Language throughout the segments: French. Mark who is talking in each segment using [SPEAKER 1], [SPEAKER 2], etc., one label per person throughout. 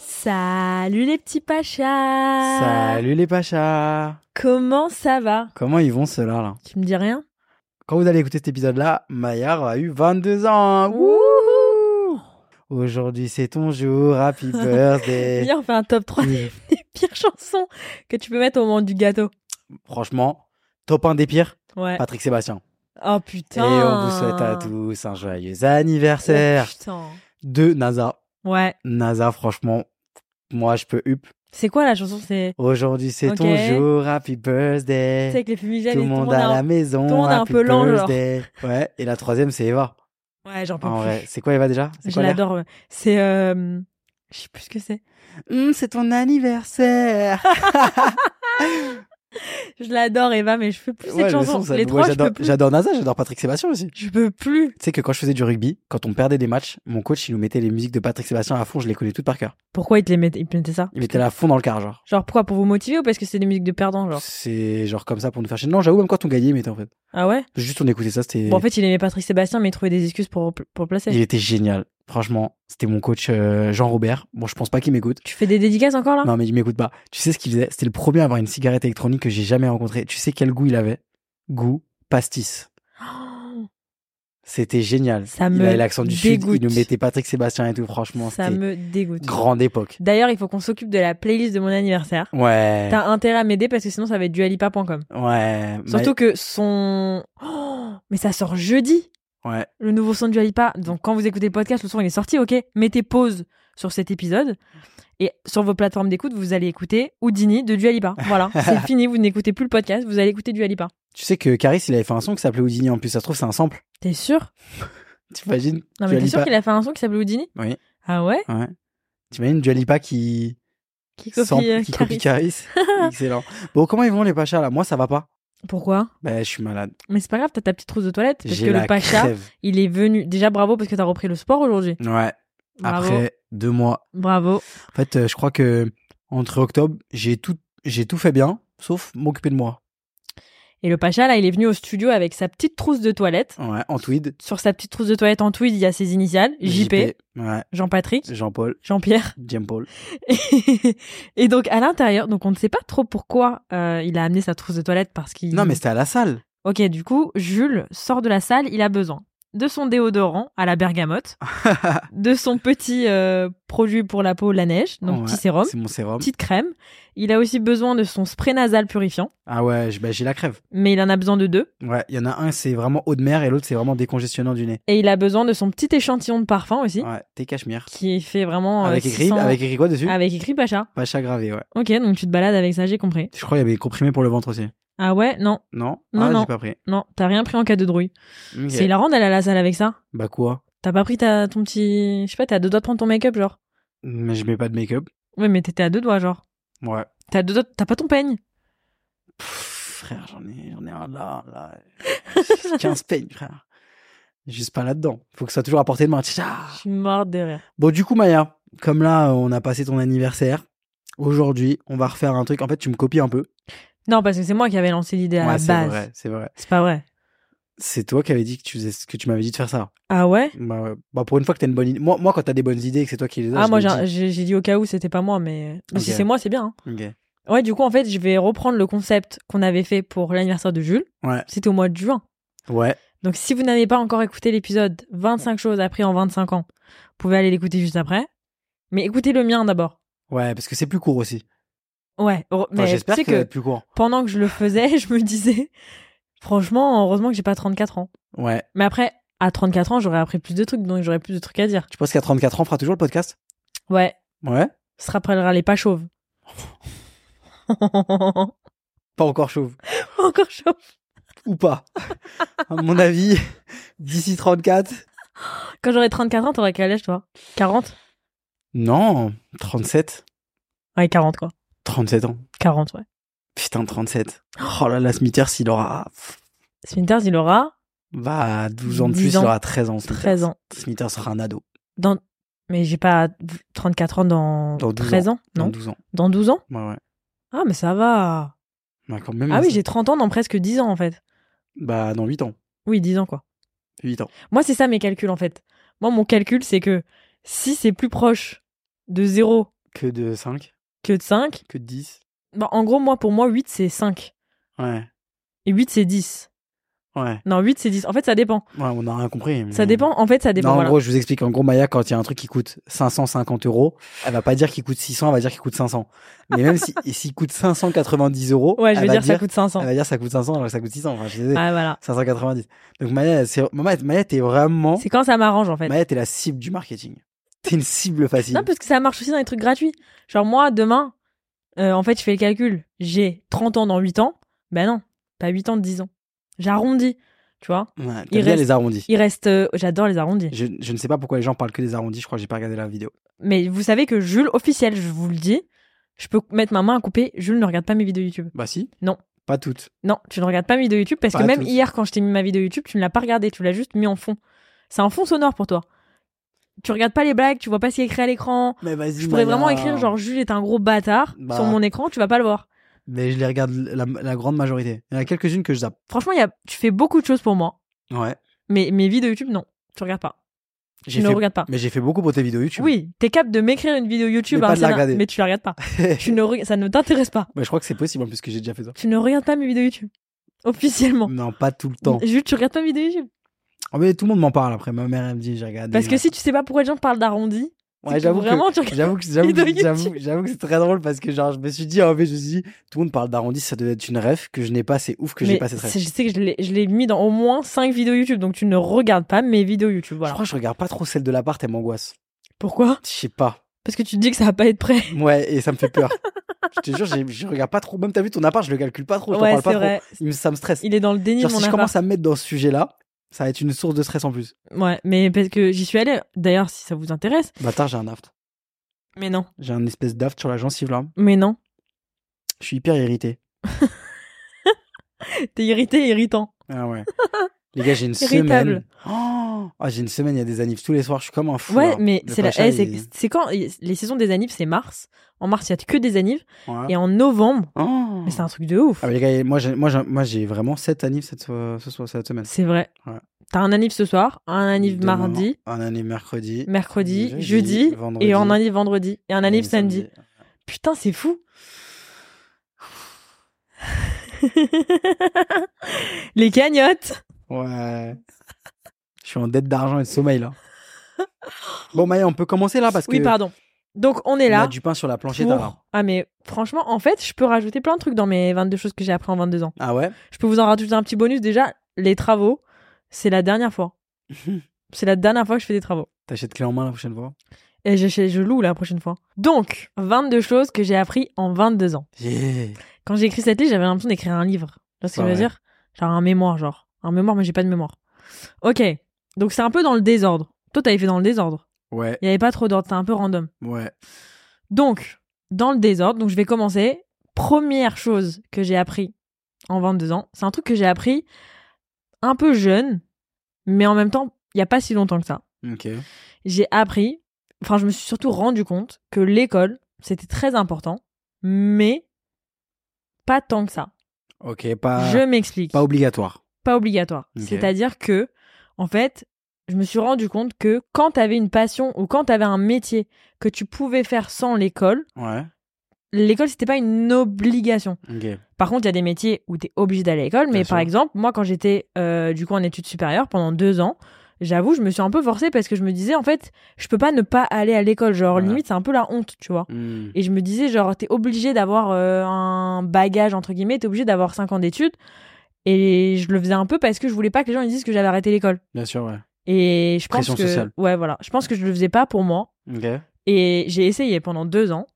[SPEAKER 1] Salut les petits pachas
[SPEAKER 2] Salut les Pachas
[SPEAKER 1] Comment ça va
[SPEAKER 2] Comment ils vont ceux-là là
[SPEAKER 1] Tu me dis rien
[SPEAKER 2] Quand vous allez écouter cet épisode-là, Maillard a eu 22 ans Wouh
[SPEAKER 1] Wouhou
[SPEAKER 2] Aujourd'hui c'est ton jour, happy birthday
[SPEAKER 1] Viens, on fait un top 3
[SPEAKER 2] Et
[SPEAKER 1] des pires chansons que tu peux mettre au moment du gâteau.
[SPEAKER 2] Franchement, top 1 des pires,
[SPEAKER 1] Ouais.
[SPEAKER 2] Patrick Sébastien.
[SPEAKER 1] Oh
[SPEAKER 2] Ah. Et
[SPEAKER 1] putain
[SPEAKER 2] on vous souhaite à tous un joyeux anniversaire
[SPEAKER 1] Oh, putain.
[SPEAKER 2] de NASA.
[SPEAKER 1] Ouais.
[SPEAKER 2] NASA, franchement, moi je peux hup.
[SPEAKER 1] C'est quoi la chanson C'est
[SPEAKER 2] Aujourd'hui c'est ton
[SPEAKER 1] Ok.
[SPEAKER 2] jour, happy
[SPEAKER 1] c'est avec
[SPEAKER 2] birthday
[SPEAKER 1] les fumigènes
[SPEAKER 2] Eh. tout le
[SPEAKER 1] et
[SPEAKER 2] monde
[SPEAKER 1] a
[SPEAKER 2] à la
[SPEAKER 1] un-
[SPEAKER 2] maison,
[SPEAKER 1] tout le monde a un
[SPEAKER 2] happy
[SPEAKER 1] peu lent, genre.
[SPEAKER 2] birthday. Ouais, et la troisième c'est Eva.
[SPEAKER 1] Ouais, j'en peux
[SPEAKER 2] En
[SPEAKER 1] plus.
[SPEAKER 2] vrai, c'est quoi Eva déjà C'est
[SPEAKER 1] Je
[SPEAKER 2] quoi l'air
[SPEAKER 1] l'adore. ouais. C'est... euh, Je sais plus ce que c'est.
[SPEAKER 2] Hum, c'est ton anniversaire.
[SPEAKER 1] Ah, Je l'adore, Eva, mais je peux plus
[SPEAKER 2] Ouais,
[SPEAKER 1] cette
[SPEAKER 2] le
[SPEAKER 1] chanson.
[SPEAKER 2] son, ça-
[SPEAKER 1] les
[SPEAKER 2] ouais,
[SPEAKER 1] trois, je
[SPEAKER 2] j'adore,
[SPEAKER 1] peux plus.
[SPEAKER 2] j'adore NASA, j'adore Patrick Sébastien aussi. Tu
[SPEAKER 1] Je peux plus.
[SPEAKER 2] sais que quand je faisais du rugby, quand on perdait des matchs, mon coach, il nous mettait les musiques de Patrick Sébastien à fond, je les connais toutes par cœur.
[SPEAKER 1] Pourquoi ils te les mettaient, ils te mettaient ça
[SPEAKER 2] Il mettait là à fond dans le quart, genre.
[SPEAKER 1] Genre pourquoi Pour vous motiver ou parce que c'est des musiques de perdants, genre
[SPEAKER 2] C'est genre comme ça pour nous faire chier. Non, j'avoue, même quand on gagnait, il mettait en fait.
[SPEAKER 1] Ah ouais
[SPEAKER 2] Juste on écoutait ça, c'était.
[SPEAKER 1] Bon, en fait, il aimait Patrick Sébastien, mais il trouvait des excuses pour, pour le placer.
[SPEAKER 2] Il était génial. Franchement, c'était mon coach euh, Jean-Robert. Bon, je pense pas qu'il m'écoute.
[SPEAKER 1] Tu fais des dédicaces encore là
[SPEAKER 2] Non, mais il m'écoute pas. Tu sais ce qu'il faisait C'était le premier à avoir une cigarette électronique que j'ai jamais rencontrée. Tu sais quel goût il avait Goût pastis.
[SPEAKER 1] Oh,
[SPEAKER 2] C'était génial.
[SPEAKER 1] Ça
[SPEAKER 2] il
[SPEAKER 1] me
[SPEAKER 2] avait l'accent du sud,
[SPEAKER 1] dégoûte.
[SPEAKER 2] il nous mettait Patrick Sébastien et tout, franchement,
[SPEAKER 1] Ça
[SPEAKER 2] c'était
[SPEAKER 1] me dégoûte.
[SPEAKER 2] grande époque.
[SPEAKER 1] D'ailleurs, il faut qu'on s'occupe de la playlist de mon anniversaire.
[SPEAKER 2] Ouais.
[SPEAKER 1] T'as intérêt à m'aider parce que sinon ça va être dualipa.com.
[SPEAKER 2] Ouais.
[SPEAKER 1] Surtout que son. Oh, mais ça sort jeudi,
[SPEAKER 2] Ma- Ouais.
[SPEAKER 1] le nouveau son de Dualipa. Donc quand vous écoutez le podcast, le son il est sorti, ok Mettez pause sur cet épisode. Et sur vos plateformes d'écoute, vous allez écouter Houdini de Dualipa. Voilà, c'est fini, vous n'écoutez plus le podcast, vous allez écouter Dualipa.
[SPEAKER 2] Tu sais que Caris, il avait fait un son qui s'appelait Houdini en plus, ça se trouve, c'est un sample.
[SPEAKER 1] T'es sûr
[SPEAKER 2] T'imagines
[SPEAKER 1] Non, mais
[SPEAKER 2] Dua
[SPEAKER 1] t'es sûr
[SPEAKER 2] Lipa-
[SPEAKER 1] qu'il a fait un son qui s'appelle Houdini
[SPEAKER 2] Oui.
[SPEAKER 1] Ah ouais
[SPEAKER 2] Ouais. T'imagines Dualipa qui.
[SPEAKER 1] Qui
[SPEAKER 2] sample-
[SPEAKER 1] copie euh,
[SPEAKER 2] qui
[SPEAKER 1] Caris.
[SPEAKER 2] copie Caris. Excellent. Bon, comment ils vont les pachas là Moi, ça va pas.
[SPEAKER 1] Pourquoi
[SPEAKER 2] Ben, je suis malade.
[SPEAKER 1] Mais c'est pas grave, t'as ta petite trousse de toilette. Parce
[SPEAKER 2] J'ai
[SPEAKER 1] que
[SPEAKER 2] la
[SPEAKER 1] le Pacha,
[SPEAKER 2] crève.
[SPEAKER 1] il est venu. Déjà, bravo parce que t'as repris le sport aujourd'hui.
[SPEAKER 2] Ouais.
[SPEAKER 1] Bravo.
[SPEAKER 2] Après deux mois.
[SPEAKER 1] Bravo.
[SPEAKER 2] En fait, euh, je crois que entre octobre, j'ai tout, j'ai tout fait bien, sauf m'occuper de moi.
[SPEAKER 1] Et le Pacha, là, il est venu au studio avec sa petite trousse de toilette.
[SPEAKER 2] Ouais. En tweed.
[SPEAKER 1] Sur sa petite trousse de toilette en tweed, il y a ses initiales JP,
[SPEAKER 2] Ouais.
[SPEAKER 1] Jean-Patrick,
[SPEAKER 2] Jean-Paul.
[SPEAKER 1] Jean-Pierre.
[SPEAKER 2] James Paul.
[SPEAKER 1] Et donc, à l'intérieur, donc on ne sait pas trop pourquoi euh, il a amené sa trousse de toilette parce qu'il.
[SPEAKER 2] Non, mais c'était à la salle.
[SPEAKER 1] Ok, du coup, Jules sort de la salle, il a besoin de son déodorant à la bergamote, de son petit euh, produit pour la peau, la neige, donc
[SPEAKER 2] Ouais,
[SPEAKER 1] petit sérum,
[SPEAKER 2] C'est mon sérum.
[SPEAKER 1] petite crème. Il a aussi besoin de son spray nasal purifiant,
[SPEAKER 2] Ah ouais, je- bah, j'ai la crève.
[SPEAKER 1] mais il en a besoin de deux.
[SPEAKER 2] Ouais, il y en a un, c'est vraiment eau de mer et l'autre, c'est vraiment décongestionnant du nez.
[SPEAKER 1] Et il a besoin de son petit échantillon de parfum aussi,
[SPEAKER 2] Ouais, t'es cachemire.
[SPEAKER 1] qui fait vraiment... euh,
[SPEAKER 2] Avec écrit,
[SPEAKER 1] 600
[SPEAKER 2] avec écrit quoi dessus
[SPEAKER 1] avec écrit Pacha.
[SPEAKER 2] Pacha gravé, ouais.
[SPEAKER 1] Ok, donc tu te balades avec ça, j'ai compris.
[SPEAKER 2] Je crois qu'il y avait des comprimés pour le ventre aussi.
[SPEAKER 1] Ah ouais, non,
[SPEAKER 2] Non
[SPEAKER 1] Non,
[SPEAKER 2] Ah,
[SPEAKER 1] non.
[SPEAKER 2] j'ai pas pris.
[SPEAKER 1] non, t'as rien pris en cas de drouille.
[SPEAKER 2] Ok.
[SPEAKER 1] C'est hilarant d'aller à la salle avec ça.
[SPEAKER 2] Bah quoi
[SPEAKER 1] T'as pas pris ta, ton petit... Je sais pas, t'es à deux doigts de prendre ton make-up, genre.
[SPEAKER 2] Mais je mets pas de make-up.
[SPEAKER 1] Ouais, mais t'étais à deux doigts, genre.
[SPEAKER 2] Ouais.
[SPEAKER 1] T'as deux doigts- t'as pas ton peigne
[SPEAKER 2] Pff, frère, j'en ai, j'en ai un là, là. 15 peignes, frère. Juste pas là-dedans. Faut que ça soit toujours à portée de main. Tcha
[SPEAKER 1] Je suis morte de rire.
[SPEAKER 2] Bon, du coup, Maya, comme là, on a passé ton anniversaire. Aujourd'hui, on va refaire un truc. En fait, tu me copies un peu.
[SPEAKER 1] Non, parce que c'est moi qui avais lancé l'idée à
[SPEAKER 2] ouais,
[SPEAKER 1] la
[SPEAKER 2] c'est
[SPEAKER 1] base.
[SPEAKER 2] vrai, c'est vrai.
[SPEAKER 1] C'est pas vrai.
[SPEAKER 2] C'est toi qui avais dit que tu faisais, que tu m'avais dit de faire ça.
[SPEAKER 1] Ah ouais
[SPEAKER 2] Bah, ouais. Bah, pour une fois que t'as une bonne idée. Moi, moi quand t'as des bonnes idées et que c'est toi qui les as.
[SPEAKER 1] Ah,
[SPEAKER 2] je
[SPEAKER 1] moi,
[SPEAKER 2] le
[SPEAKER 1] j'ai j'ai- j'ai dit au cas où c'était pas moi, mais. euh, mais si
[SPEAKER 2] Ok.
[SPEAKER 1] c'est moi, c'est bien. hein.
[SPEAKER 2] dis. Ok.
[SPEAKER 1] Ouais, du coup, en fait, je vais reprendre le concept qu'on avait fait pour l'anniversaire de Jules.
[SPEAKER 2] Ouais.
[SPEAKER 1] C'était au mois de juin.
[SPEAKER 2] Ouais.
[SPEAKER 1] Donc, si vous n'avez pas encore écouté l'épisode 25 choses apprises en 25 ans, vous pouvez aller l'écouter juste après. Mais écoutez le mien d'abord.
[SPEAKER 2] Ouais, parce que c'est plus court aussi.
[SPEAKER 1] Ouais, heure-
[SPEAKER 2] Enfin,
[SPEAKER 1] mais tu
[SPEAKER 2] j'espère
[SPEAKER 1] sais
[SPEAKER 2] que, ça va
[SPEAKER 1] que
[SPEAKER 2] être plus court.
[SPEAKER 1] pendant que je le faisais, je me disais, franchement, heureusement que j'ai pas 34 ans.
[SPEAKER 2] Ouais.
[SPEAKER 1] Mais après, à 34 ans, j'aurais appris plus de trucs, donc j'aurais plus de trucs à dire.
[SPEAKER 2] Tu penses qu'à 34 ans, on fera toujours le podcast?
[SPEAKER 1] Ouais,
[SPEAKER 2] Ouais.
[SPEAKER 1] se rappellera les pas chauves. Encore
[SPEAKER 2] Pas encore chauve.
[SPEAKER 1] chauve.
[SPEAKER 2] Ou pas. à mon avis, d'ici 34.
[SPEAKER 1] Quand j'aurai 34 ans, t'auras quel âge, toi 40
[SPEAKER 2] Non. 37.
[SPEAKER 1] Ouais, 40, quoi.
[SPEAKER 2] 37 ans.
[SPEAKER 1] 40, ouais.
[SPEAKER 2] Putain, 37. Oh là là, Smithers, il aura,
[SPEAKER 1] Smithers, il aura
[SPEAKER 2] bah, 12 ans de
[SPEAKER 1] 10
[SPEAKER 2] plus,
[SPEAKER 1] ans.
[SPEAKER 2] il aura 13 ans. Smithers.
[SPEAKER 1] 13 ans.
[SPEAKER 2] Smithers sera un ado.
[SPEAKER 1] Dans... Mais j'ai pas 34 ans dans,
[SPEAKER 2] Dans 12
[SPEAKER 1] 13 ans, non
[SPEAKER 2] Dans 12 ans.
[SPEAKER 1] Dans 12 ans
[SPEAKER 2] Ouais, ouais.
[SPEAKER 1] Ah, mais ça va.
[SPEAKER 2] Bah, quand même.
[SPEAKER 1] Ah oui,
[SPEAKER 2] ça-
[SPEAKER 1] j'ai 30 ans dans presque 10 ans, en fait.
[SPEAKER 2] Bah, dans 8 ans.
[SPEAKER 1] Oui, 10 ans, quoi.
[SPEAKER 2] 8 ans.
[SPEAKER 1] Moi, c'est ça mes calculs, en fait. Moi, mon calcul, c'est que si c'est plus proche de 0
[SPEAKER 2] Que de 5,
[SPEAKER 1] que de 5.
[SPEAKER 2] que de 10.
[SPEAKER 1] Bon, Bah, en gros, moi, pour moi, 8, c'est 5.
[SPEAKER 2] Ouais,
[SPEAKER 1] Et 8, c'est 10.
[SPEAKER 2] ouais.
[SPEAKER 1] Non, 8, c'est 10. En fait, ça dépend.
[SPEAKER 2] Ouais, on n'a rien compris. mais-
[SPEAKER 1] Ça dépend. En fait, ça dépend.
[SPEAKER 2] Non, en
[SPEAKER 1] voilà.
[SPEAKER 2] gros, je vous explique. En gros, Maya, quand il y a un truc qui coûte 550 euros, elle va pas dire qu'il coûte 600, elle va dire qu'il coûte 500. Mais même si- et s'il coûte 590 euros,
[SPEAKER 1] ouais, je
[SPEAKER 2] elle,
[SPEAKER 1] veux
[SPEAKER 2] va
[SPEAKER 1] dire, ça coûte 500.
[SPEAKER 2] elle va dire ça coûte 500 alors que ça coûte 600. Enfin, je suis désolé.
[SPEAKER 1] Ah, voilà.
[SPEAKER 2] 590. Donc Maya, c'est- Maya, Maya, t'es vraiment,
[SPEAKER 1] C'est quand ça m'arrange, en fait.
[SPEAKER 2] Maya, t'es la cible du marketing. T'es une cible facile.
[SPEAKER 1] Non, parce que ça marche aussi dans les trucs gratuits. Genre, moi, demain, euh, en fait, je fais le calcul. J'ai 30 ans dans 8 ans. Ben non, pas 8 ans, 10 ans. J'arrondis, tu vois.
[SPEAKER 2] Ouais, t'aimes
[SPEAKER 1] il
[SPEAKER 2] bien
[SPEAKER 1] reste-
[SPEAKER 2] les arrondis.
[SPEAKER 1] Il reste. euh, J'adore les arrondis.
[SPEAKER 2] Je, je ne sais pas pourquoi les gens parlent que des arrondis. Je crois que j'ai pas regardé la vidéo.
[SPEAKER 1] Mais vous savez que Jules, officiel, je vous le dis, je peux mettre ma main à couper. Jules ne regarde pas mes vidéos YouTube.
[SPEAKER 2] Bah si.
[SPEAKER 1] Non.
[SPEAKER 2] Pas toutes.
[SPEAKER 1] Non, tu ne regardes pas mes vidéos YouTube parce
[SPEAKER 2] Pas
[SPEAKER 1] que même
[SPEAKER 2] toutes.
[SPEAKER 1] hier, quand je t'ai mis ma vidéo YouTube, tu ne l'as pas regardée, tu l'as juste mis en fond. C'est un fond sonore pour toi. Tu regardes pas les blagues, tu vois pas ce qui est écrit à l'écran.
[SPEAKER 2] Mais vas-y.
[SPEAKER 1] Je pourrais
[SPEAKER 2] Maya.
[SPEAKER 1] vraiment écrire genre Jules est un gros bâtard
[SPEAKER 2] Bah.
[SPEAKER 1] sur mon écran, tu vas pas le voir.
[SPEAKER 2] Mais je les regarde la, la grande majorité. Il y en a quelques-unes que je zappe.
[SPEAKER 1] Franchement, il y a... tu fais beaucoup de choses pour moi,
[SPEAKER 2] Ouais.
[SPEAKER 1] mais mes vidéos YouTube, non, tu regardes pas. Tu
[SPEAKER 2] J'ai
[SPEAKER 1] ne
[SPEAKER 2] fait-
[SPEAKER 1] regardes pas.
[SPEAKER 2] Mais j'ai fait beaucoup pour tes vidéos YouTube.
[SPEAKER 1] Oui, t'es capable de m'écrire une vidéo YouTube,
[SPEAKER 2] pas de la
[SPEAKER 1] Arsène,
[SPEAKER 2] regarder.
[SPEAKER 1] mais tu la regardes pas. tu ne reg- Ça ne t'intéresse pas.
[SPEAKER 2] Mais je crois que c'est possible en plus que j'ai déjà fait ça.
[SPEAKER 1] Tu ne regardes pas mes vidéos YouTube. Officiellement.
[SPEAKER 2] Non, pas tout le temps.
[SPEAKER 1] Jules, tu regardes pas mes vidéos YouTube.
[SPEAKER 2] Oh, mais tout le monde m'en parle après. Ma mère, elle me dit, j'ai regardé.
[SPEAKER 1] Parce que si tu sais pas pourquoi les gens parlent d'arrondi, c'est
[SPEAKER 2] Ouais,
[SPEAKER 1] que
[SPEAKER 2] j'avoue que-
[SPEAKER 1] vraiment tu regardes.
[SPEAKER 2] J'avoue que, j'avoue,
[SPEAKER 1] vidéos
[SPEAKER 2] que-
[SPEAKER 1] YouTube.
[SPEAKER 2] j'avoue, j'avoue que c'est très drôle parce que genre, je me suis dit, en fait, je me suis dit, tout le monde parle d'arrondi, ça devait être une rêve que je n'ai pas, c'est ouf que j'ai
[SPEAKER 1] Mais
[SPEAKER 2] pas cette rêve.
[SPEAKER 1] c'est- Je sais que je l'ai- je l'ai mis dans au moins 5 vidéos YouTube, donc tu ne regardes pas mes vidéos YouTube.
[SPEAKER 2] Je
[SPEAKER 1] Voilà.
[SPEAKER 2] crois que je regarde pas trop celle de l'appart, elle m'angoisse.
[SPEAKER 1] Pourquoi
[SPEAKER 2] Je sais pas.
[SPEAKER 1] Parce que tu te dis que ça va pas être prêt.
[SPEAKER 2] Ouais, et ça me fait peur. je te jure, j'ai- je regarde pas trop. Même t'as vu ton appart, je le calcule pas trop, je t'en
[SPEAKER 1] ouais,
[SPEAKER 2] parle pas
[SPEAKER 1] c'est
[SPEAKER 2] trop.
[SPEAKER 1] vrai.
[SPEAKER 2] Il me- ça me stresse.
[SPEAKER 1] Il est dans le déni
[SPEAKER 2] Genre,
[SPEAKER 1] de
[SPEAKER 2] si
[SPEAKER 1] mon
[SPEAKER 2] je
[SPEAKER 1] appart.
[SPEAKER 2] commence à me mettre dans ce sujet-là, ça va être une source de stress en plus.
[SPEAKER 1] Ouais, mais parce que j'y suis allée. D'ailleurs, si ça vous intéresse.
[SPEAKER 2] Bâtard, j'ai un aft.
[SPEAKER 1] Mais non.
[SPEAKER 2] J'ai un espèce d'aft sur la gencive là.
[SPEAKER 1] Mais non.
[SPEAKER 2] Je suis hyper irrité.
[SPEAKER 1] T'es irrité et irritant.
[SPEAKER 2] Ah ouais. Les gars, j'ai une
[SPEAKER 1] Irritable.
[SPEAKER 2] semaine. Oh, Ah, j'ai une semaine, il y a des anifs tous les soirs, je suis comme un fou.
[SPEAKER 1] ouais,
[SPEAKER 2] là.
[SPEAKER 1] mais
[SPEAKER 2] Le
[SPEAKER 1] c'est la.
[SPEAKER 2] pacha,
[SPEAKER 1] eh, c'est-
[SPEAKER 2] il-
[SPEAKER 1] c'est quand les saisons des anives, c'est mars. En mars, il y a que des anives.
[SPEAKER 2] Ouais.
[SPEAKER 1] Et en novembre,
[SPEAKER 2] Oh.
[SPEAKER 1] mais c'est un truc de ouf.
[SPEAKER 2] Ah, mais les gars, moi j'ai, moi, j'ai, moi, j'ai vraiment 7 annives cette, so- ce soir- cette semaine.
[SPEAKER 1] C'est vrai.
[SPEAKER 2] Ouais.
[SPEAKER 1] T'as un anniv ce soir, un anniv
[SPEAKER 2] Demain,
[SPEAKER 1] mardi,
[SPEAKER 2] Un anniv mercredi.
[SPEAKER 1] mercredi,
[SPEAKER 2] jeudi,
[SPEAKER 1] jeudi,
[SPEAKER 2] vendredi,
[SPEAKER 1] et un anniv vendredi, et un
[SPEAKER 2] anniv
[SPEAKER 1] anniv samedi. Putain, c'est fou. Les cagnottes.
[SPEAKER 2] Ouais. Je suis en dette d'argent et de sommeil là. Bon, Maya, on peut commencer là parce
[SPEAKER 1] Oui,
[SPEAKER 2] que
[SPEAKER 1] pardon. Donc on est
[SPEAKER 2] on
[SPEAKER 1] là.
[SPEAKER 2] a du pain sur la planchette.
[SPEAKER 1] pour-
[SPEAKER 2] alors.
[SPEAKER 1] Ah mais franchement, en fait, je peux rajouter plein de trucs dans mes 22 choses que j'ai appris en 22 ans.
[SPEAKER 2] Ah ouais
[SPEAKER 1] Je peux vous en rajouter un petit bonus déjà. Les travaux, c'est la dernière fois. c'est la dernière fois que je fais des travaux.
[SPEAKER 2] T'achètes clé en main la prochaine fois
[SPEAKER 1] Et je, je loue la prochaine fois. Donc, 22 choses que j'ai appris en 22 ans.
[SPEAKER 2] Yeah.
[SPEAKER 1] Quand j'ai écrit cette liste, j'avais l'impression d'écrire un livre. Tu vois ce que
[SPEAKER 2] Bah
[SPEAKER 1] je veux
[SPEAKER 2] ouais.
[SPEAKER 1] dire Genre un mémoire, genre. Un mémoire, mais j'ai pas de mémoire. Ok. Donc c'est un peu dans le désordre. Toi, t'avais fait dans le désordre.
[SPEAKER 2] Ouais,
[SPEAKER 1] Il y avait pas trop d'ordre, t'es un peu random.
[SPEAKER 2] ouais.
[SPEAKER 1] Donc, dans le désordre, donc je vais commencer. Première chose que j'ai appris en 22 ans, c'est un truc que j'ai appris un peu jeune, mais en même temps, il y a pas si longtemps que ça.
[SPEAKER 2] Ok.
[SPEAKER 1] J'ai appris, enfin, je me suis surtout rendu compte que l'école, c'était très important, mais pas tant que ça.
[SPEAKER 2] Ok, pas,
[SPEAKER 1] Je m'explique.
[SPEAKER 2] Ah, pas obligatoire.
[SPEAKER 1] Pas obligatoire.
[SPEAKER 2] Ok.
[SPEAKER 1] C'est-à-dire que, en fait, je me suis rendu compte que quand tu avais une passion ou quand tu avais un métier que tu pouvais faire sans l'école,
[SPEAKER 2] Ouais.
[SPEAKER 1] l'école, c'était pas une obligation.
[SPEAKER 2] Ok.
[SPEAKER 1] Par contre, il y a des métiers où tu es obligé d'aller à l'école, mais
[SPEAKER 2] Bien
[SPEAKER 1] par
[SPEAKER 2] sûr.
[SPEAKER 1] exemple, moi, quand j'étais euh, du coup en études supérieures pendant deux ans, j'avoue, je me suis un peu forcée parce que je me disais, en fait, je peux pas ne pas aller à l'école. Genre,
[SPEAKER 2] Ouais.
[SPEAKER 1] limite, c'est un peu la honte, tu vois.
[SPEAKER 2] Hmm.
[SPEAKER 1] Et je me disais, genre, t'es obligé d'avoir euh, un bagage, entre guillemets, t'es obligé d'avoir 5 ans d'études. Et je le faisais un peu parce que je voulais pas que les gens ils disent que j'avais arrêté l'école.
[SPEAKER 2] Bien sûr, ouais.
[SPEAKER 1] Et je pense
[SPEAKER 2] Pression
[SPEAKER 1] que.
[SPEAKER 2] sociale.
[SPEAKER 1] Ouais, voilà. Je pense que je le faisais pas pour moi.
[SPEAKER 2] Ok.
[SPEAKER 1] Et j'ai essayé pendant deux ans.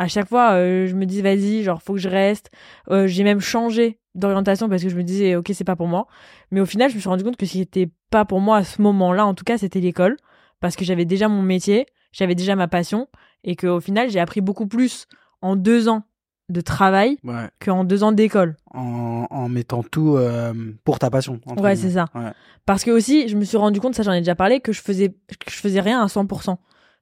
[SPEAKER 1] À chaque fois, euh, je me dis, vas-y, genre, faut que je reste. Euh, j'ai même changé d'orientation parce que je me disais, ok, c'est pas pour moi. Mais au final, je me suis rendu compte que ce qui était pas pour moi à ce moment-là, en tout cas, c'était l'école. Parce que j'avais déjà mon métier, j'avais déjà ma passion. Et qu'au final, j'ai appris beaucoup plus en deux ans de travail
[SPEAKER 2] Ouais.
[SPEAKER 1] qu'en deux ans d'école.
[SPEAKER 2] En, en mettant tout euh, pour ta passion. entre
[SPEAKER 1] Ouais,
[SPEAKER 2] guillemets.
[SPEAKER 1] c'est ça.
[SPEAKER 2] Ouais.
[SPEAKER 1] Parce que aussi, je me suis rendu compte, ça j'en ai déjà parlé, que je faisais, que je faisais rien à 100%.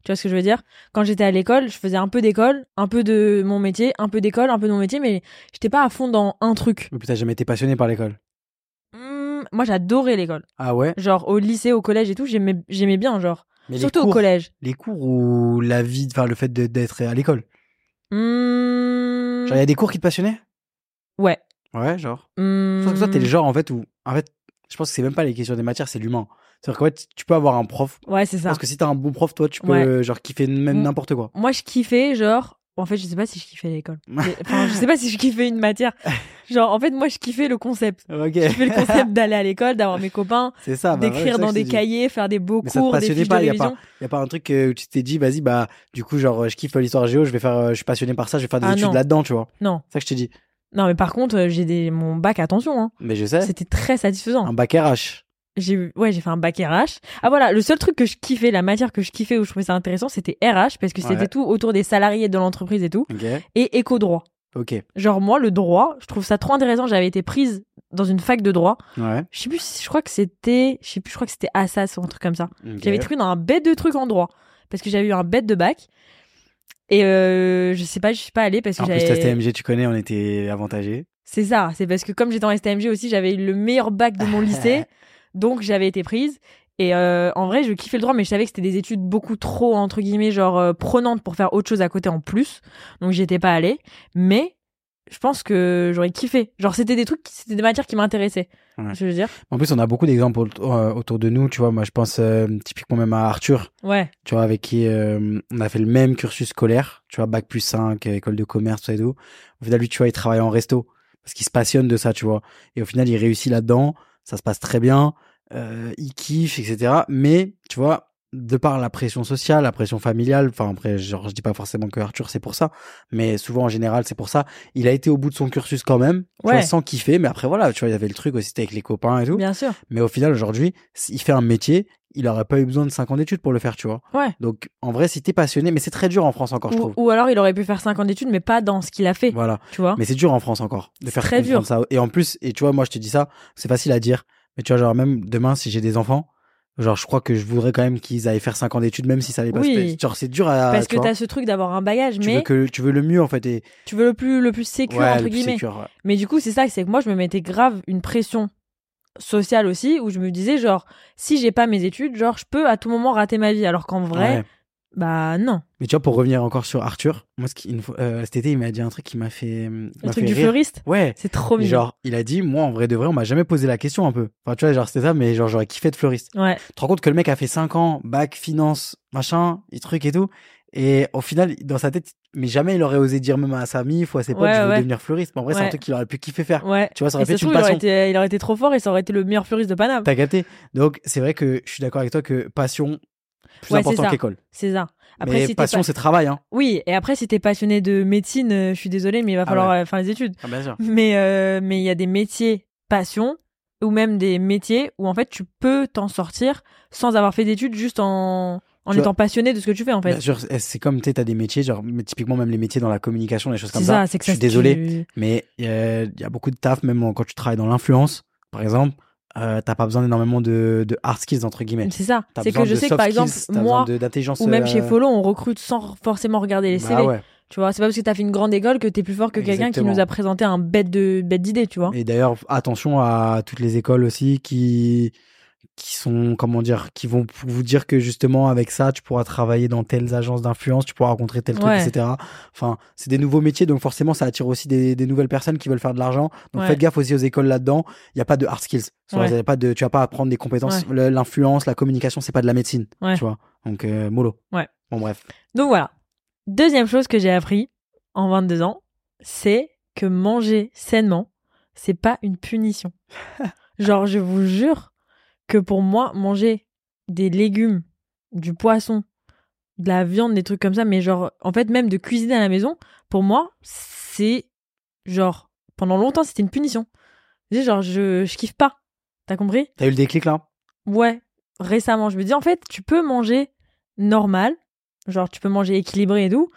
[SPEAKER 1] Tu vois ce que je veux dire Quand j'étais à l'école, je faisais un peu d'école, un peu de mon métier, un peu d'école, un peu de mon métier, mais j'étais pas à fond dans un truc.
[SPEAKER 2] Mais putain, j'ai jamais été passionné par l'école.
[SPEAKER 1] Hmm, moi, j'adorais l'école.
[SPEAKER 2] Ah ouais
[SPEAKER 1] Genre, au lycée, au collège et tout, j'aimais j'aimais bien, genre.
[SPEAKER 2] Mais les
[SPEAKER 1] Surtout au
[SPEAKER 2] cours-
[SPEAKER 1] collège.
[SPEAKER 2] Les cours ou la vie, enfin, le fait de- d'être à l'école.
[SPEAKER 1] Mmh,
[SPEAKER 2] Genre, il y a des cours qui te passionnaient
[SPEAKER 1] Ouais.
[SPEAKER 2] Ouais, genre. Je
[SPEAKER 1] Mmh,
[SPEAKER 2] pense que toi, t'es le genre, en fait, où. En fait, je pense que c'est même pas les questions des matières, c'est l'humain. C'est-à-dire qu'en fait, tu peux avoir un prof.
[SPEAKER 1] Ouais, c'est ça.
[SPEAKER 2] Parce que si t'as un bon prof, toi, tu peux,
[SPEAKER 1] Ouais.
[SPEAKER 2] euh, genre, kiffer même
[SPEAKER 1] Mm.
[SPEAKER 2] n'importe quoi.
[SPEAKER 1] Moi, je kiffais, genre. En fait, je sais pas si je kiffais l'école. Mais- Enfin, je sais pas si je kiffais une matière. Genre, en fait, moi, je kiffais le concept.
[SPEAKER 2] Ok.
[SPEAKER 1] Je kiffais le concept d'aller à l'école, d'avoir mes copains,
[SPEAKER 2] C'est ça. bah, ouais, c'est
[SPEAKER 1] d'écrire
[SPEAKER 2] ça que
[SPEAKER 1] dans
[SPEAKER 2] je
[SPEAKER 1] des
[SPEAKER 2] te dis.
[SPEAKER 1] cahiers, faire des beaux
[SPEAKER 2] Mais ça te
[SPEAKER 1] cours, des
[SPEAKER 2] passionnait
[SPEAKER 1] fiches
[SPEAKER 2] pas,
[SPEAKER 1] de
[SPEAKER 2] y a
[SPEAKER 1] révision.
[SPEAKER 2] Y a pas un truc euh, où tu t'es dit, vas-y, bah, du coup, genre, euh, je kiffe l'histoire géo, je vais faire, euh, je suis passionné par ça, je vais faire des
[SPEAKER 1] Ah, non.
[SPEAKER 2] études là-dedans, tu vois.
[SPEAKER 1] Non.
[SPEAKER 2] C'est ça que je t'ai dit.
[SPEAKER 1] Non, mais par contre, euh, j'ai des mon bac, attention, hein.
[SPEAKER 2] Mais je sais.
[SPEAKER 1] C'était très satisfaisant.
[SPEAKER 2] Un bac RH.
[SPEAKER 1] J'ai eu- ouais, j'ai fait un bac RH. Ah voilà, le seul truc que je kiffais, la matière que je kiffais où je trouvais ça intéressant, c'était RH parce que c'était
[SPEAKER 2] Ouais.
[SPEAKER 1] tout autour des salariés de l'entreprise et tout
[SPEAKER 2] Ok.
[SPEAKER 1] et éco droit.
[SPEAKER 2] Ok.
[SPEAKER 1] Genre moi le droit, je trouve ça trop intéressant, j'avais été prise dans une fac de droit.
[SPEAKER 2] Ouais.
[SPEAKER 1] Je sais plus, si- je crois que c'était je sais plus, je crois que c'était Assas ou un truc comme ça.
[SPEAKER 2] ok.
[SPEAKER 1] J'avais été pris dans un bête de trucs en droit parce que j'avais eu un bête de bac. Et euh, je sais pas, je suis pas allée parce que
[SPEAKER 2] En plus, ta
[SPEAKER 1] j'avais
[SPEAKER 2] STMG, tu connais, on était avantagés.
[SPEAKER 1] C'est ça, c'est parce que comme j'étais en STMG aussi, j'avais eu le meilleur bac de mon lycée, donc j'avais été prise. Et euh, en vrai, je kiffais le droit, mais je savais que c'était des études beaucoup trop, entre guillemets, genre euh, prenantes pour faire autre chose à côté en plus. Donc j'y étais pas allée. Mais je pense que j'aurais kiffé. Genre, c'était des trucs, qui- c'était des matières qui m'intéressaient.
[SPEAKER 2] Ouais.
[SPEAKER 1] Je veux dire
[SPEAKER 2] En plus, on a beaucoup d'exemples autour, euh, autour de nous, tu vois. Moi, je pense euh, typiquement même à Arthur,
[SPEAKER 1] Ouais,
[SPEAKER 2] tu vois, avec qui euh, on a fait le même cursus scolaire, tu vois, bac plus 5, euh, école de commerce, tout ça et tout. Au final, lui, tu vois, il travaille en resto parce qu'il se passionne de ça, tu vois. Et au final, il réussit là-dedans, ça se passe très bien, euh, il kiffe, etc. Mais, tu vois, de par la pression sociale, la pression familiale, enfin après, genre, je dis pas forcément que Arthur, c'est pour ça, mais souvent, en général, c'est pour ça. Il a été au bout de son cursus quand même, tu
[SPEAKER 1] Ouais.
[SPEAKER 2] vois, sans kiffer, mais après, voilà, tu vois, il y avait le truc aussi, c'était avec les copains et tout.
[SPEAKER 1] bien sûr.
[SPEAKER 2] Mais au final, aujourd'hui, s- il fait un métier, il aurait pas eu besoin de 5 ans d'études pour le faire, tu vois.
[SPEAKER 1] Ouais.
[SPEAKER 2] Donc, en vrai, si t'es passionné, mais c'est très dur en France encore, je
[SPEAKER 1] Ou,
[SPEAKER 2] trouve.
[SPEAKER 1] ou alors il aurait pu faire 5 ans d'études, mais pas dans ce qu'il a fait,
[SPEAKER 2] Voilà.
[SPEAKER 1] tu vois
[SPEAKER 2] Mais c'est dur en France encore de
[SPEAKER 1] C'est
[SPEAKER 2] faire
[SPEAKER 1] très
[SPEAKER 2] comprendre
[SPEAKER 1] dur.
[SPEAKER 2] ça. Et en plus, et tu vois, moi, je te dis ça, c'est facile à dire. Mais tu vois, genre, même demain, si j'ai des enfants, genre, je crois que je voudrais quand même qu'ils aillent faire 5 ans d'études, même si ça allait pas
[SPEAKER 1] Oui.
[SPEAKER 2] se faire. Genre, c'est dur à.
[SPEAKER 1] Parce que
[SPEAKER 2] Ah, tu vois,
[SPEAKER 1] t'as ce truc d'avoir un bagage,
[SPEAKER 2] tu
[SPEAKER 1] mais
[SPEAKER 2] veux que tu veux le mieux en fait et
[SPEAKER 1] tu veux le plus, le plus sécure,
[SPEAKER 2] ouais,
[SPEAKER 1] entre
[SPEAKER 2] le plus
[SPEAKER 1] guillemets.
[SPEAKER 2] sécure, ouais.
[SPEAKER 1] Mais du coup, c'est ça, c'est que moi, je me mettais grave une pression sociale aussi, où je me disais, genre, si j'ai pas mes études, genre, je peux à tout moment rater ma vie. Alors qu'en vrai,
[SPEAKER 2] Ouais.
[SPEAKER 1] bah non.
[SPEAKER 2] mais tu vois pour revenir encore sur Arthur moi ce qui, une fois- euh, cet été il m'a dit un truc qui m'a fait le
[SPEAKER 1] Le truc du fleuriste,
[SPEAKER 2] ouais
[SPEAKER 1] c'est trop
[SPEAKER 2] Mais
[SPEAKER 1] mignon.
[SPEAKER 2] genre, il a dit, moi, en vrai de vrai, on m'a jamais posé la question un peu. Enfin, tu vois, genre, c'était ça, mais genre, j'aurais kiffé de fleuriste.
[SPEAKER 1] Ouais,
[SPEAKER 2] Tu te rends compte que le mec a fait 5 ans, bac, finance, machin, et truc et tout. Et au final, dans sa tête, mais jamais il aurait osé dire même à sa mif ou à ses potes,
[SPEAKER 1] Ouais,
[SPEAKER 2] je veux
[SPEAKER 1] ouais.
[SPEAKER 2] devenir fleuriste. Mais en vrai, c'est un
[SPEAKER 1] Ouais.
[SPEAKER 2] truc qu'il aurait pu kiffer faire.
[SPEAKER 1] ouais.
[SPEAKER 2] Tu vois, ça
[SPEAKER 1] Et
[SPEAKER 2] aurait pu
[SPEAKER 1] ça se
[SPEAKER 2] être une
[SPEAKER 1] trouve, il aurait,
[SPEAKER 2] passion.
[SPEAKER 1] été, euh, il aurait été trop fort et ça aurait été le meilleur fleuriste de Paname.
[SPEAKER 2] T'as capté Donc, c'est vrai que je suis d'accord avec toi que passion, plus
[SPEAKER 1] Ouais, c'est
[SPEAKER 2] important
[SPEAKER 1] ça.
[SPEAKER 2] qu'école.
[SPEAKER 1] C'est ça. Après,
[SPEAKER 2] Mais
[SPEAKER 1] si t'es
[SPEAKER 2] passion,
[SPEAKER 1] pas-
[SPEAKER 2] c'est travail, hein.
[SPEAKER 1] Oui, et après, si t'es passionné de médecine, euh, je suis désolée, mais il va falloir euh, faire les études.
[SPEAKER 2] Ah, bien sûr.
[SPEAKER 1] Mais euh, mais il y a des métiers passion ou même des métiers où en fait tu peux t'en sortir sans avoir fait d'études juste en en
[SPEAKER 2] Tu
[SPEAKER 1] étant passionné de ce que tu fais en fait.
[SPEAKER 2] Bien sûr, c'est- c'est comme, tu sais, t'as des métiers, genre, mais typiquement même les métiers dans la communication, des choses
[SPEAKER 1] C'est
[SPEAKER 2] comme ça.
[SPEAKER 1] ça, c'est que
[SPEAKER 2] je
[SPEAKER 1] ça
[SPEAKER 2] suis
[SPEAKER 1] se-
[SPEAKER 2] désolé.
[SPEAKER 1] tu-
[SPEAKER 2] Mais euh, il y a beaucoup de taf, même quand tu travailles dans l'influence, par exemple, euh, t'as pas besoin d'énormément de, de hard skills, entre guillemets.
[SPEAKER 1] C'est ça.
[SPEAKER 2] T'as
[SPEAKER 1] C'est que
[SPEAKER 2] besoin
[SPEAKER 1] je
[SPEAKER 2] de
[SPEAKER 1] sais que par
[SPEAKER 2] soft
[SPEAKER 1] exemple
[SPEAKER 2] skills, t'as
[SPEAKER 1] moi
[SPEAKER 2] besoin de- d'intelligence.
[SPEAKER 1] ou même chez
[SPEAKER 2] euh,
[SPEAKER 1] Follow, on recrute sans forcément regarder les
[SPEAKER 2] bah
[SPEAKER 1] CV.
[SPEAKER 2] ouais.
[SPEAKER 1] Tu vois, c'est pas parce que t'as fait une grande école que t'es plus fort que quelqu'un qui
[SPEAKER 2] Exactement.
[SPEAKER 1] nous a présenté un bête de bête d'idée, tu vois.
[SPEAKER 2] Et d'ailleurs, attention à toutes les écoles aussi qui qui sont comment dire qui vont p- vous dire que justement avec ça tu pourras travailler dans telles agences d'influence tu pourras rencontrer tel truc
[SPEAKER 1] Ouais.
[SPEAKER 2] etc enfin c'est des nouveaux métiers donc forcément ça attire aussi des, des nouvelles personnes qui veulent faire de l'argent donc
[SPEAKER 1] Ouais.
[SPEAKER 2] faites gaffe aussi aux écoles là dedans il y a pas de hard skills Soit
[SPEAKER 1] Ouais.
[SPEAKER 2] y a pas de tu vas pas apprendre des compétences Le- l'influence la communication c'est pas de la médecine
[SPEAKER 1] Ouais.
[SPEAKER 2] tu vois donc euh, mollo
[SPEAKER 1] Ouais.
[SPEAKER 2] bon bref
[SPEAKER 1] Donc voilà. Deuxième chose que j'ai appris en 22 ans, c'est que manger sainement, c'est pas une punition. Genre, je vous jure que pour moi, manger des légumes, du poisson, de la viande, des trucs comme ça, mais genre, en fait, même de cuisiner à la maison, pour moi, c'est genre, pendant longtemps, c'était une punition. Tu sais, Genre, je, je kiffe pas. T'as compris
[SPEAKER 2] t'as eu le déclic là
[SPEAKER 1] Ouais, récemment, je me dis en fait, tu peux manger normal, genre tu peux manger équilibré et tout,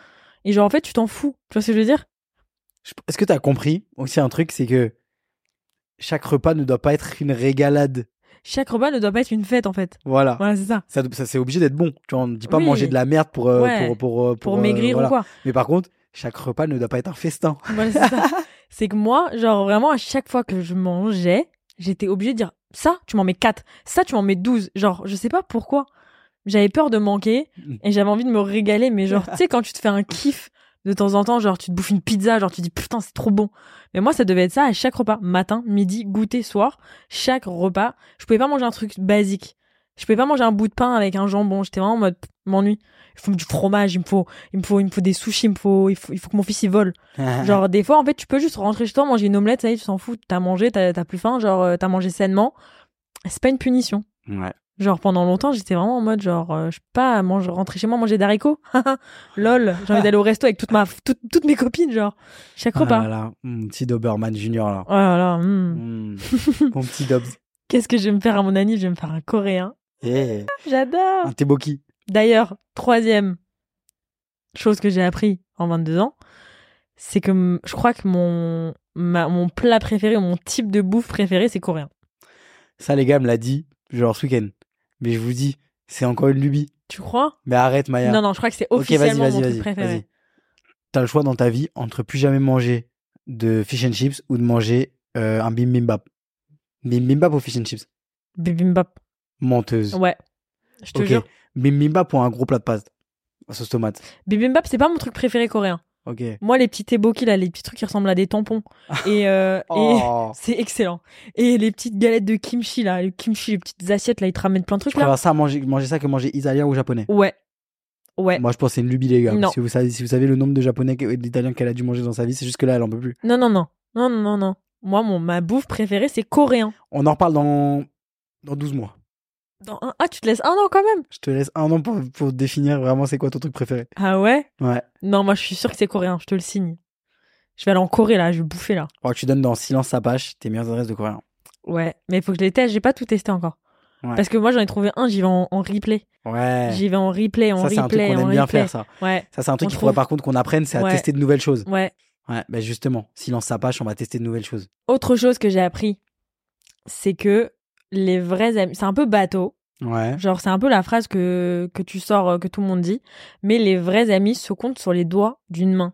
[SPEAKER 1] et genre en fait, tu t'en fous. Tu vois ce que je veux dire
[SPEAKER 2] Je- Est-ce que tu as compris aussi un truc, c'est que chaque repas ne doit pas être une régalade.
[SPEAKER 1] Chaque repas ne doit pas être une fête en fait.
[SPEAKER 2] Voilà.
[SPEAKER 1] Voilà, c'est ça.
[SPEAKER 2] Ça, ça, c'est obligé d'être bon. Tu vois, on ne dit pas
[SPEAKER 1] Oui.
[SPEAKER 2] manger de la merde pour, euh,
[SPEAKER 1] Ouais.
[SPEAKER 2] pour, pour, euh,
[SPEAKER 1] Pour
[SPEAKER 2] euh,
[SPEAKER 1] maigrir
[SPEAKER 2] voilà.
[SPEAKER 1] ou quoi.
[SPEAKER 2] Mais par contre, chaque repas ne doit pas être un festin.
[SPEAKER 1] Voilà, c'est ça. C'est que moi, genre vraiment, à chaque fois que je mangeais, j'étais obligée de dire ça, tu m'en mets 4, ça, tu m'en mets 12. Genre, je sais pas pourquoi. j'avais peur de manquer et j'avais envie de me régaler. Mais genre, tu sais, quand tu te fais un kiff de temps en temps, genre tu te bouffes une pizza, genre tu te dis putain, c'est trop bon. Mais moi, ça devait être ça à chaque repas, matin, midi, goûter, soir, chaque repas. Je pouvais pas manger un truc basique. Je pouvais pas manger un bout de pain avec un jambon. J'étais vraiment en mode m'ennuie. Il faut du fromage, il me faut, il me faut, il me faut des sushis, il me faut, il faut, il faut que mon fils il vole.
[SPEAKER 2] Ah,
[SPEAKER 1] Genre des fois, en fait, tu peux juste rentrer chez toi, manger une omelette, ça y est, tu t'en fous, t'as mangé, t'as t'as plus faim, genre euh, t'as mangé sainement. C'est pas une punition.
[SPEAKER 2] Ouais.
[SPEAKER 1] Genre pendant longtemps, j'étais vraiment en mode genre euh, je sais pas, manger, rentrer chez moi, manger d'haricots. Lol, j'ai envie d'aller au resto avec toute ma toute- toutes mes copines genre chaque
[SPEAKER 2] Ah
[SPEAKER 1] repas.
[SPEAKER 2] là là, mon petit Doberman Junior là.
[SPEAKER 1] Oh là là, hmm.
[SPEAKER 2] Mm. Mon petit Dobbs.
[SPEAKER 1] Qu'est-ce que je vais me faire à mon anniv Je vais me faire un coréen.
[SPEAKER 2] Eh,
[SPEAKER 1] J'adore.
[SPEAKER 2] Un Teboki.
[SPEAKER 1] D'ailleurs, troisième chose que j'ai appris en 22 ans, c'est que m- je crois que mon ma- mon plat préféré, mon type de bouffe préféré, c'est coréen.
[SPEAKER 2] Ça, les gars, me l'a dit, genre ce week-end. Mais je vous dis, c'est encore une lubie.
[SPEAKER 1] Tu crois
[SPEAKER 2] Mais arrête, Maya.
[SPEAKER 1] Non non, je crois que c'est
[SPEAKER 2] ok, vas-y,
[SPEAKER 1] officiellement
[SPEAKER 2] vas-y,
[SPEAKER 1] mon truc
[SPEAKER 2] vas-y.
[SPEAKER 1] préféré.
[SPEAKER 2] vas-y. T'as le choix dans ta vie entre plus jamais manger de fish and chips ou de manger euh, un bimbimbap. Bimbimbap ou fish and chips
[SPEAKER 1] Bibimbap.
[SPEAKER 2] Menteuse.
[SPEAKER 1] Ouais. Je te
[SPEAKER 2] ok.
[SPEAKER 1] jure.
[SPEAKER 2] Bibimbap ou un gros plat de pâtes Sauce tomate.
[SPEAKER 1] Bibimbap, c'est pas mon truc préféré coréen.
[SPEAKER 2] Ok.
[SPEAKER 1] Moi, les petits teboki, là, les petits trucs qui ressemblent à des tampons. Et, euh, et
[SPEAKER 2] Oh.
[SPEAKER 1] c'est excellent. Et les petites galettes de kimchi, là, le kimchi, les petites assiettes, là, ils te ramènent plein de
[SPEAKER 2] Je
[SPEAKER 1] trucs, là.
[SPEAKER 2] préfère ça à manger, manger ça que manger italien ou japonais.
[SPEAKER 1] Ouais. Ouais.
[SPEAKER 2] Moi, je pense que c'est une lubie, les gars.
[SPEAKER 1] Non.
[SPEAKER 2] Parce que vous savez, si vous savez le nombre de japonais et d'italiens qu'elle a dû manger dans sa vie, c'est juste que là, elle en peut plus.
[SPEAKER 1] Non, non, non. Non, non, non, non. Moi, mon, ma bouffe préférée, c'est coréen.
[SPEAKER 2] On en reparle dans, dans 12 mois.
[SPEAKER 1] Dans un- Ah, tu te laisses un an quand même
[SPEAKER 2] Je te laisse un an pour, pour définir vraiment c'est quoi ton truc préféré.
[SPEAKER 1] Ah ouais
[SPEAKER 2] Ouais.
[SPEAKER 1] Non, moi, je suis sûre que c'est coréen, je te le signe. Je vais aller en Corée, là, je vais bouffer, là.
[SPEAKER 2] Faudra que tu donnes dans Silence Sapache tes meilleures adresses de coréen.
[SPEAKER 1] Ouais. Mais faut que je les teste, j'ai pas tout testé encore.
[SPEAKER 2] Ouais.
[SPEAKER 1] Parce que moi, j'en ai trouvé un, j'y vais en, en replay.
[SPEAKER 2] Ouais.
[SPEAKER 1] J'y vais en replay, en
[SPEAKER 2] Ça, c'est un truc
[SPEAKER 1] replay,
[SPEAKER 2] qu'on
[SPEAKER 1] en
[SPEAKER 2] aime bien
[SPEAKER 1] replay.
[SPEAKER 2] faire, ça.
[SPEAKER 1] Ouais,
[SPEAKER 2] Ça, c'est un truc
[SPEAKER 1] On
[SPEAKER 2] qu'il faudrait
[SPEAKER 1] trouve.
[SPEAKER 2] par contre qu'on apprenne, c'est à
[SPEAKER 1] Ouais.
[SPEAKER 2] tester de nouvelles choses.
[SPEAKER 1] ouais.
[SPEAKER 2] Ouais, bah justement, Silence Sapache, on va tester de nouvelles choses.
[SPEAKER 1] Autre chose que j'ai appris, c'est que les vrais amis, c'est un peu bateau,
[SPEAKER 2] Ouais.
[SPEAKER 1] genre c'est un peu la phrase que, que tu sors, euh, que tout le monde dit, mais les vrais amis se comptent sur les doigts d'une main.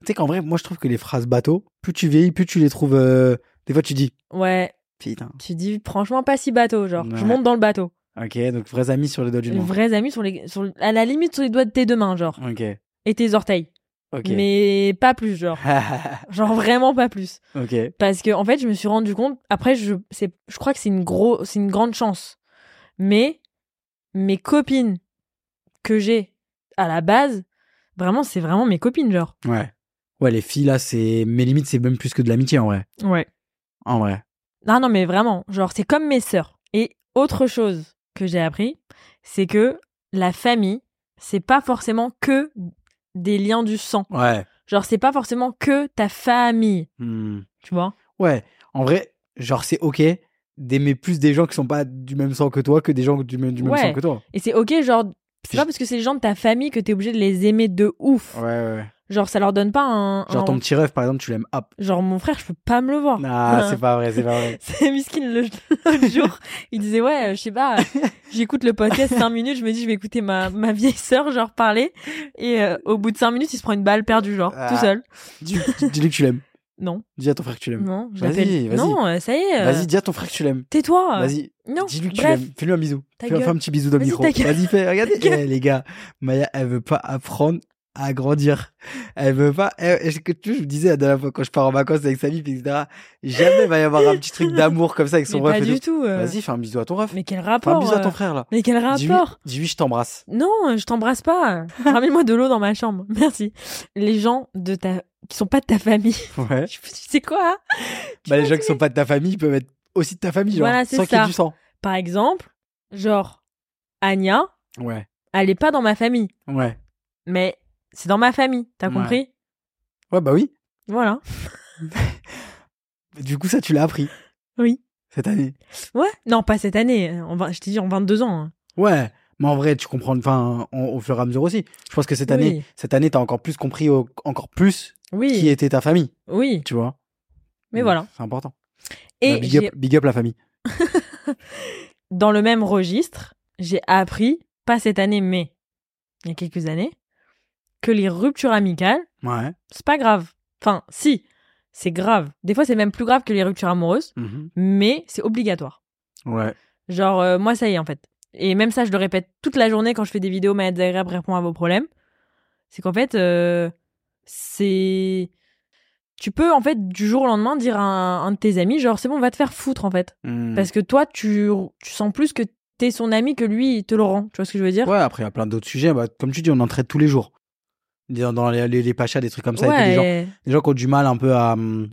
[SPEAKER 2] Tu sais qu'en vrai, moi, je trouve que les phrases bateau, plus tu vieillis, plus tu les trouves. euh, Des fois, tu dis.
[SPEAKER 1] Ouais,
[SPEAKER 2] Putain.
[SPEAKER 1] tu dis franchement pas si bateau, genre
[SPEAKER 2] Ouais.
[SPEAKER 1] je monte dans le bateau.
[SPEAKER 2] Ok, donc vrais amis sur les doigts du
[SPEAKER 1] Les
[SPEAKER 2] monde.
[SPEAKER 1] vrais amis sur les, sur, à la limite sur les doigts de tes deux mains, genre,
[SPEAKER 2] Ok.
[SPEAKER 1] et tes orteils,
[SPEAKER 2] Ok.
[SPEAKER 1] mais pas plus, genre, genre vraiment pas plus.
[SPEAKER 2] ok.
[SPEAKER 1] Parce que en fait, je me suis rendu compte. Après, je, c'est, je crois que c'est une gros, c'est une grande chance. Mais mes copines que j'ai à la base, vraiment, c'est vraiment mes copines, genre.
[SPEAKER 2] Ouais. Ouais, les filles, là, c'est. Mes limites, c'est même plus que de l'amitié, en vrai.
[SPEAKER 1] Ouais.
[SPEAKER 2] En vrai.
[SPEAKER 1] Ah Non, non, mais vraiment, genre, c'est comme mes sœurs. Et autre chose que j'ai appris, c'est que la famille, c'est pas forcément que des liens du sang.
[SPEAKER 2] Ouais.
[SPEAKER 1] Genre, c'est pas forcément que ta famille,
[SPEAKER 2] Hmm.
[SPEAKER 1] tu vois.
[SPEAKER 2] Ouais. En vrai, genre, c'est ok d'aimer plus des gens qui sont pas du même sang que toi que des gens du même, du même
[SPEAKER 1] Ouais.
[SPEAKER 2] sang que toi.
[SPEAKER 1] Et c'est ok, genre, c'est pas parce que c'est les gens de ta famille que t'es obligé de les aimer de ouf.
[SPEAKER 2] Ouais, ouais.
[SPEAKER 1] Genre, ça leur donne pas un.
[SPEAKER 2] Genre,
[SPEAKER 1] un-
[SPEAKER 2] ton petit rêve, par exemple, tu l'aimes hop.
[SPEAKER 1] Genre, mon frère, je peux pas me le voir.
[SPEAKER 2] Ah, c'est pas vrai, c'est pas vrai.
[SPEAKER 1] C'est Miskin le... le jour. Il disait, ouais, euh, je sais pas, euh, j'écoute le podcast 5 minutes, je me dis, je vais écouter ma, ma vieille sœur, genre, parler. Et euh, au bout de 5 minutes, il se prend une balle perdue, genre,
[SPEAKER 2] Ah.
[SPEAKER 1] tout seul.
[SPEAKER 2] Dis- dis- Dis-lui que tu l'aimes.
[SPEAKER 1] Non,
[SPEAKER 2] Dis à ton frère que tu l'aimes.
[SPEAKER 1] non, je
[SPEAKER 2] Vas-y,
[SPEAKER 1] l'appelle.
[SPEAKER 2] Euh, vas-y.
[SPEAKER 1] Non, euh, ça y est. euh,
[SPEAKER 2] Vas-y, dis à ton frère que tu l'aimes.
[SPEAKER 1] Tais-toi.
[SPEAKER 2] Vas-y,
[SPEAKER 1] Non,
[SPEAKER 2] dis-lui que tu
[SPEAKER 1] bref.
[SPEAKER 2] l'aimes. Fais-lui un bisou.
[SPEAKER 1] Ta
[SPEAKER 2] Fais- Fais
[SPEAKER 1] gueule.
[SPEAKER 2] un petit bisou dans le
[SPEAKER 1] Vas-y,
[SPEAKER 2] micro.
[SPEAKER 1] ta gueule.
[SPEAKER 2] Vas-y, fais. Regardez,
[SPEAKER 1] Ta gueule.
[SPEAKER 2] Eh, les gars, Maya, elle veut pas apprendre à grandir. Elle veut pas. elle- Est-ce que tu je vous disais la dernière fois quand je pars en vacances avec Samy, puis etc. Jamais va y avoir un petit truc d'amour comme ça avec son
[SPEAKER 1] Mais
[SPEAKER 2] ref.
[SPEAKER 1] pas
[SPEAKER 2] et
[SPEAKER 1] du
[SPEAKER 2] tout.
[SPEAKER 1] tout. euh,
[SPEAKER 2] Vas-y, fais un bisou à ton ref.
[SPEAKER 1] Mais quel
[SPEAKER 2] Fais un
[SPEAKER 1] rapport.
[SPEAKER 2] bisou à
[SPEAKER 1] euh,
[SPEAKER 2] ton frère là.
[SPEAKER 1] Mais quel
[SPEAKER 2] Dis-lui,
[SPEAKER 1] rapport.
[SPEAKER 2] dis-lui, je t'embrasse.
[SPEAKER 1] Non, euh, je t'embrasse pas. Ramène-moi de l'eau dans ma chambre. Merci. Les gens de ta... qui sont pas de ta famille.
[SPEAKER 2] Ouais.
[SPEAKER 1] Tu sais quoi hein
[SPEAKER 2] Bah, les gens
[SPEAKER 1] fatiguée.
[SPEAKER 2] qui sont pas de ta famille peuvent être aussi de ta famille, genre,
[SPEAKER 1] Voilà, c'est
[SPEAKER 2] sans qu'il y ait
[SPEAKER 1] ça.
[SPEAKER 2] du sang.
[SPEAKER 1] Par exemple, genre, Anya,
[SPEAKER 2] Ouais.
[SPEAKER 1] elle est pas dans ma famille,
[SPEAKER 2] Ouais.
[SPEAKER 1] mais c'est dans ma famille, t'as
[SPEAKER 2] Ouais.
[SPEAKER 1] compris
[SPEAKER 2] Ouais, bah oui.
[SPEAKER 1] Voilà.
[SPEAKER 2] Du coup, ça, tu l'as appris.
[SPEAKER 1] Oui.
[SPEAKER 2] Cette année.
[SPEAKER 1] Ouais. Non, pas cette année. euh, En vingt- je t'ai dit en 22 ans. hein.
[SPEAKER 2] Ouais, mais en vrai, tu comprends, enfin, en- au fur et à mesure aussi. Je pense que cette année,
[SPEAKER 1] Oui.
[SPEAKER 2] cette année, t'as encore plus compris, au- encore plus
[SPEAKER 1] Oui.
[SPEAKER 2] qui était ta famille,
[SPEAKER 1] Oui.
[SPEAKER 2] tu vois.
[SPEAKER 1] Mais
[SPEAKER 2] Donc,
[SPEAKER 1] voilà.
[SPEAKER 2] C'est important. Bah,
[SPEAKER 1] Et
[SPEAKER 2] big,
[SPEAKER 1] j'ai-
[SPEAKER 2] up, big up la famille.
[SPEAKER 1] dans le même registre, j'ai appris, pas cette année, mais il y a quelques années, que les ruptures amicales,
[SPEAKER 2] Ouais.
[SPEAKER 1] c'est pas grave. Enfin, si, c'est grave. Des fois, c'est même plus grave que les ruptures amoureuses,
[SPEAKER 2] Mhm.
[SPEAKER 1] mais c'est obligatoire.
[SPEAKER 2] Ouais.
[SPEAKER 1] Genre, euh, moi, ça y est, en fait. et même ça, je le répète toute la journée quand je fais des vidéos, ma agréable répond à vos problèmes. C'est qu'en fait, euh, c'est. Tu peux, en fait, du jour au lendemain, dire à un, un de tes amis, genre, c'est bon, va te faire foutre, en fait.
[SPEAKER 2] Hmm.
[SPEAKER 1] Parce que toi, tu, tu sens plus que t'es son ami que lui, il te le rend. Tu vois ce que je veux dire
[SPEAKER 2] Ouais, après, il y a plein d'autres sujets. Bah, comme tu dis, on en traite tous les jours. Dans dans les, les, les pachas, des trucs comme ça. et puis
[SPEAKER 1] Ouais,
[SPEAKER 2] des, gens,
[SPEAKER 1] et-
[SPEAKER 2] des gens qui ont du mal un peu à, hum,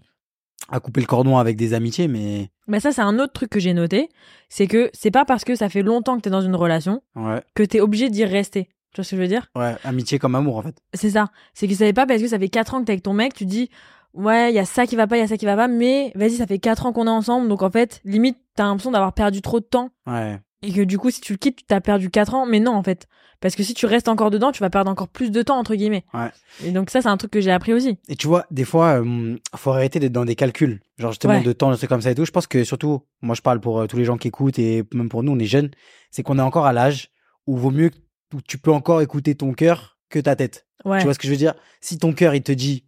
[SPEAKER 2] à couper le cordon avec des amitiés, mais.
[SPEAKER 1] Bah ça, c'est un autre truc que j'ai noté. C'est que c'est pas parce que ça fait longtemps que t'es dans une relation
[SPEAKER 2] Ouais,
[SPEAKER 1] que t'es obligé d'y rester. Tu vois ce que je veux dire
[SPEAKER 2] ouais, amitié comme amour, en fait.
[SPEAKER 1] C'est ça. C'est que ça fait pas parce que ça fait 4 ans que t'es avec ton mec, tu dis ouais, il y a ça qui va pas, il y a ça qui va pas, mais vas-y, ça fait 4 ans qu'on est ensemble, donc en fait, limite, t'as l'impression d'avoir perdu trop de temps.
[SPEAKER 2] Ouais.
[SPEAKER 1] Et que du coup, si tu le quittes, t'as perdu 4 ans, mais non, en fait. Parce que si tu restes encore dedans, tu vas perdre encore plus de temps, entre guillemets.
[SPEAKER 2] Ouais.
[SPEAKER 1] Et donc ça, c'est un truc que j'ai appris aussi.
[SPEAKER 2] Et tu vois, des fois, euh, faut arrêter d'être dans des calculs. Genre, justement,
[SPEAKER 1] Ouais.
[SPEAKER 2] de temps, des trucs comme ça et tout. Je pense que surtout, moi, je parle pour euh, tous les gens qui écoutent et même pour nous, on est jeunes. C'est qu'on est encore à l'âge où vaut mieux, que- où tu peux encore écouter ton cœur que ta tête.
[SPEAKER 1] Ouais.
[SPEAKER 2] Tu vois ce que je veux dire? Si ton cœur, il te dit,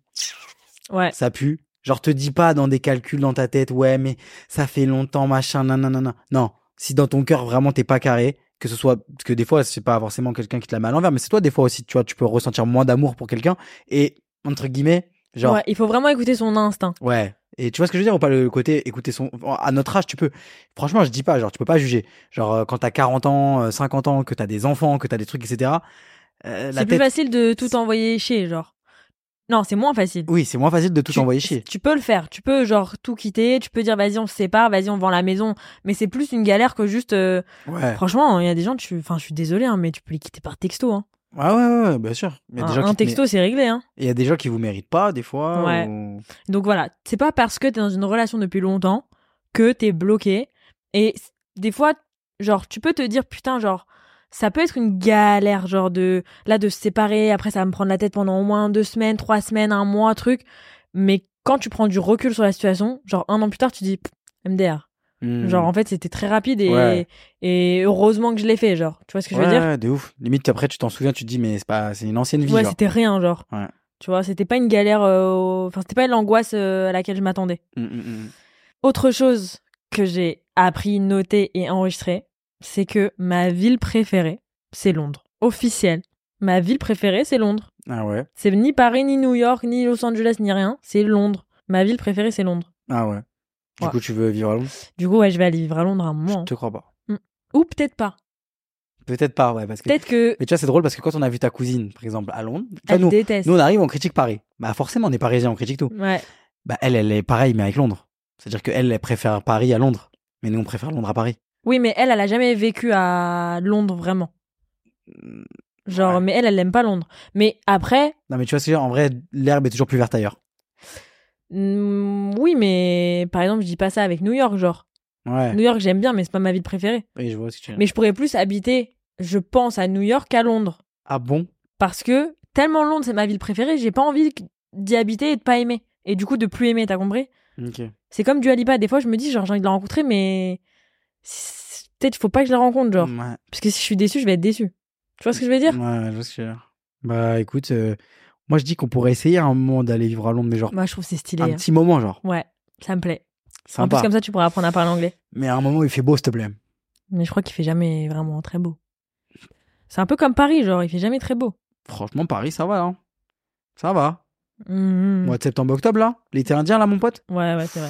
[SPEAKER 1] ouais.
[SPEAKER 2] ça pue, genre, te dis pas dans des calculs dans ta tête, ouais, mais ça fait longtemps, machin, nanana. Non. Si dans ton cœur, vraiment, t'es pas carré, que ce soit, parce que des fois, c'est pas forcément quelqu'un qui te la met à l'envers, mais c'est toi, des fois aussi, tu vois, tu peux ressentir moins d'amour pour quelqu'un et, entre guillemets, genre,
[SPEAKER 1] Ouais, il faut vraiment écouter son instinct.
[SPEAKER 2] Ouais. Et tu vois ce que je veux dire ou pas le côté écouter son à notre âge tu peux franchement je dis pas genre tu peux pas juger genre euh, quand t'as 40 ans euh, 50 ans que t'as des enfants que t'as des trucs etc euh, la
[SPEAKER 1] C'est plus
[SPEAKER 2] tête
[SPEAKER 1] facile de tout envoyer chier, genre. Non, c'est moins facile.
[SPEAKER 2] oui c'est moins facile de tout
[SPEAKER 1] Tu-
[SPEAKER 2] envoyer chier
[SPEAKER 1] Tu peux le faire. Tu peux, genre, tout quitter. Tu peux dire, vas-y, on se sépare, vas-y, on vend la maison. Mais c'est plus une galère que juste. euh,
[SPEAKER 2] ouais
[SPEAKER 1] Franchement, il y a des gens, tu. Enfin, je suis désolée, hein, mais tu peux les quitter par texto. Hein.
[SPEAKER 2] ouais ouais, ouais, bien sûr il y a
[SPEAKER 1] Un,
[SPEAKER 2] des gens
[SPEAKER 1] un
[SPEAKER 2] qui te mé-
[SPEAKER 1] texto, c'est réglé. Hein.
[SPEAKER 2] il y a des gens qui vous méritent pas des fois
[SPEAKER 1] Ouais.
[SPEAKER 2] ou-
[SPEAKER 1] Donc voilà, c'est pas parce que t'es dans une relation depuis longtemps que t'es bloqué. Et c- des fois, genre, tu peux te dire, putain, genre, ça peut être une galère, genre, de là, de se séparer, après, ça va me prendre la tête pendant au moins deux semaines, trois semaines, un mois, truc. Mais quand tu prends du recul sur la situation, genre, un an plus tard, tu dis, Pff, MDR.
[SPEAKER 2] Hmm.
[SPEAKER 1] Genre, en fait, c'était très rapide et,
[SPEAKER 2] Ouais.
[SPEAKER 1] et heureusement que je l'ai fait, genre. Tu vois ce que je veux
[SPEAKER 2] Ouais,
[SPEAKER 1] dire
[SPEAKER 2] ouais, de ouf limite après tu t'en souviens tu te dis mais c'est pas c'est une ancienne vie
[SPEAKER 1] Ouais,
[SPEAKER 2] genre.
[SPEAKER 1] c'était rien, genre.
[SPEAKER 2] Ouais.
[SPEAKER 1] Tu vois, c'était pas une galère, euh, au- enfin, c'était pas l'angoisse euh, à laquelle je m'attendais.
[SPEAKER 2] Hmm, hmm, hmm.
[SPEAKER 1] Autre chose que j'ai appris, noté et enregistré, c'est que ma ville préférée, c'est Londres. Officielle. Ma ville préférée, c'est Londres.
[SPEAKER 2] ah ouais
[SPEAKER 1] C'est ni Paris, ni New York, ni Los Angeles, ni rien. C'est Londres. Ma ville préférée, c'est Londres.
[SPEAKER 2] ah ouais du
[SPEAKER 1] Ouais.
[SPEAKER 2] coup tu veux vivre à Londres
[SPEAKER 1] Du coup, ouais, je vais aller vivre à Londres un moment.
[SPEAKER 2] je te crois pas
[SPEAKER 1] Ou peut-être pas.
[SPEAKER 2] peut-être pas ouais parce que
[SPEAKER 1] Peut-être que
[SPEAKER 2] mais tu vois c'est drôle parce que quand on a vu ta cousine par exemple à Londres tu vois,
[SPEAKER 1] elle
[SPEAKER 2] nous
[SPEAKER 1] déteste.
[SPEAKER 2] Nous, on arrive, on critique Paris. Bah, forcément, on est parisien, on critique tout.
[SPEAKER 1] Ouais.
[SPEAKER 2] Bah, elle, elle est pareil, mais avec Londres. C'est-à-dire qu'elle, elle préfère Paris à Londres. Mais nous, on préfère Londres à Paris.
[SPEAKER 1] Oui, mais elle, elle a jamais vécu à Londres vraiment. Genre,
[SPEAKER 2] Ouais.
[SPEAKER 1] mais elle, elle aime pas Londres. Mais après,
[SPEAKER 2] Non, mais tu vois, c'est en vrai, l'herbe est toujours plus verte ailleurs.
[SPEAKER 1] mm, oui, mais par exemple, je dis pas ça avec New York, genre.
[SPEAKER 2] Ouais.
[SPEAKER 1] New York, j'aime bien, mais c'est pas ma ville préférée.
[SPEAKER 2] Oui, je vois ce que tu veux dire.
[SPEAKER 1] Mais je pourrais plus habiter, je pense, à New York qu'à Londres.
[SPEAKER 2] Ah bon
[SPEAKER 1] Parce que tellement Londres, c'est ma ville préférée, j'ai pas envie que- d'y habiter et de pas aimer. Et du coup, de plus aimer, t'as compris
[SPEAKER 2] Ok.
[SPEAKER 1] C'est comme du Alipa. Des fois, je me dis, genre, j'ai envie de la rencontrer, mais c'est- peut-être faut pas que je la rencontre, genre.
[SPEAKER 2] Ouais.
[SPEAKER 1] Parce que si je suis déçue, je vais être déçue. Tu vois ce que je veux dire
[SPEAKER 2] Ouais, je vois ce que tu veux dire. Bah, écoute, euh, moi, je dis qu'on pourrait essayer à un moment d'aller vivre à Londres, mais genre,
[SPEAKER 1] Moi, je trouve que c'est stylé.
[SPEAKER 2] un
[SPEAKER 1] hein.
[SPEAKER 2] petit moment, genre.
[SPEAKER 1] Ouais, ça me plaît. En
[SPEAKER 2] Sympa.
[SPEAKER 1] plus, comme ça, tu pourras apprendre à parler anglais.
[SPEAKER 2] Mais à un moment, où il fait beau, s'il te plaît.
[SPEAKER 1] Mais je crois qu'il fait jamais vraiment très beau. C'est un peu comme Paris, genre, il fait jamais très beau.
[SPEAKER 2] Franchement, Paris, ça va, hein. Ça va.
[SPEAKER 1] Mhm.
[SPEAKER 2] Mois de septembre, octobre, là. L'été indien, là, mon pote.
[SPEAKER 1] Ouais, ouais, c'est vrai.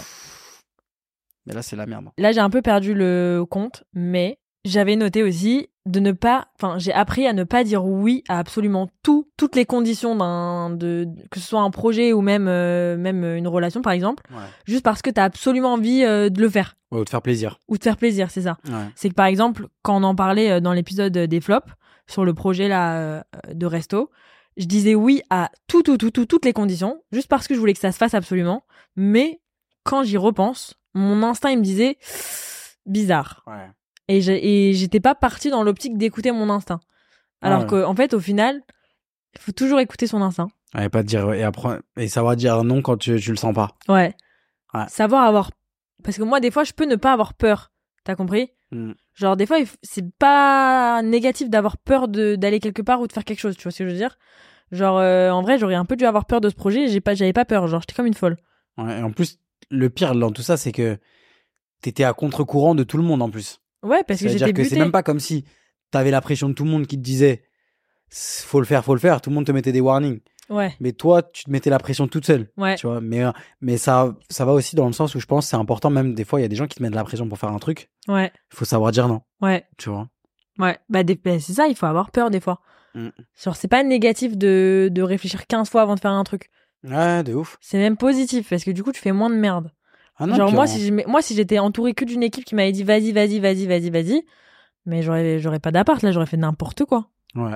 [SPEAKER 2] Mais là, c'est la merde.
[SPEAKER 1] Là, j'ai un peu perdu le compte, mais j'avais noté aussi de ne pas. Enfin, j'ai appris à ne pas dire oui à absolument tout, toutes les conditions d'un, de, que ce soit un projet ou même, euh, même une relation, par exemple,
[SPEAKER 2] Ouais.
[SPEAKER 1] juste parce que t'as absolument envie euh, de le faire
[SPEAKER 2] Ouais, ou te faire plaisir.
[SPEAKER 1] ou de faire plaisir, c'est ça.
[SPEAKER 2] Ouais.
[SPEAKER 1] C'est que par exemple, quand on en parlait euh, dans l'épisode des flops sur le projet là euh, de resto, je disais oui à tout, tout, tout, tout, toutes les conditions, juste parce que je voulais que ça se fasse absolument. Mais quand j'y repense, mon instinct il me disait bizarre.
[SPEAKER 2] Ouais.
[SPEAKER 1] Et j'ai- et j'étais pas partie dans l'optique d'écouter mon instinct. Alors
[SPEAKER 2] Ouais.
[SPEAKER 1] que en fait, au final, il faut toujours écouter son instinct.
[SPEAKER 2] Ouais, pas te dire et apprendre et savoir dire non quand tu, tu le sens pas.
[SPEAKER 1] Ouais.
[SPEAKER 2] Ouais.
[SPEAKER 1] Savoir avoir. Parce que moi, des fois, je peux ne pas avoir peur. T'as compris
[SPEAKER 2] Mm.
[SPEAKER 1] Genre, des fois, il f- c'est pas négatif d'avoir peur de- d'aller quelque part ou de faire quelque chose. Tu vois ce que je veux dire Genre, euh, en vrai, j'aurais un peu dû avoir peur de ce projet. et J'ai pas, j'avais pas peur. Genre, j'étais comme une folle.
[SPEAKER 2] Ouais, et en plus, le pire dans tout ça, c'est que t'étais à contre-courant de tout le monde en plus.
[SPEAKER 1] Ouais, parce que j'étais
[SPEAKER 2] C'est-à-dire que
[SPEAKER 1] butée.
[SPEAKER 2] c'est même pas comme si t'avais la pression de tout le monde qui te disait faut le faire, faut le faire. Tout le monde te mettait des warnings.
[SPEAKER 1] Ouais,
[SPEAKER 2] Mais toi, tu te mettais la pression toute seule.
[SPEAKER 1] ouais.
[SPEAKER 2] Tu vois, mais, euh, mais ça, ça va aussi dans le sens où je pense que c'est important, même des fois, il y a des gens qui te mettent de la pression pour faire un truc.
[SPEAKER 1] Ouais,
[SPEAKER 2] Il faut savoir dire non.
[SPEAKER 1] ouais,
[SPEAKER 2] Tu vois.
[SPEAKER 1] ouais. Bah, des- bah, c'est ça, il faut avoir peur des fois.
[SPEAKER 2] Mm.
[SPEAKER 1] Genre, c'est pas négatif de, de réfléchir 15 fois avant de faire un truc.
[SPEAKER 2] Ouais, de ouf.
[SPEAKER 1] C'est même positif parce que du coup, tu fais moins de merde.
[SPEAKER 2] Ah non,
[SPEAKER 1] Genre,
[SPEAKER 2] puis
[SPEAKER 1] moi,
[SPEAKER 2] on-
[SPEAKER 1] si j'aimais- moi, si j'étais entourée que d'une équipe qui m'avait dit vas-y, vas-y, vas-y, vas-y, vas-y, mais j'aurais j'aurais pas d'appart là, j'aurais fait n'importe quoi.
[SPEAKER 2] Ouais.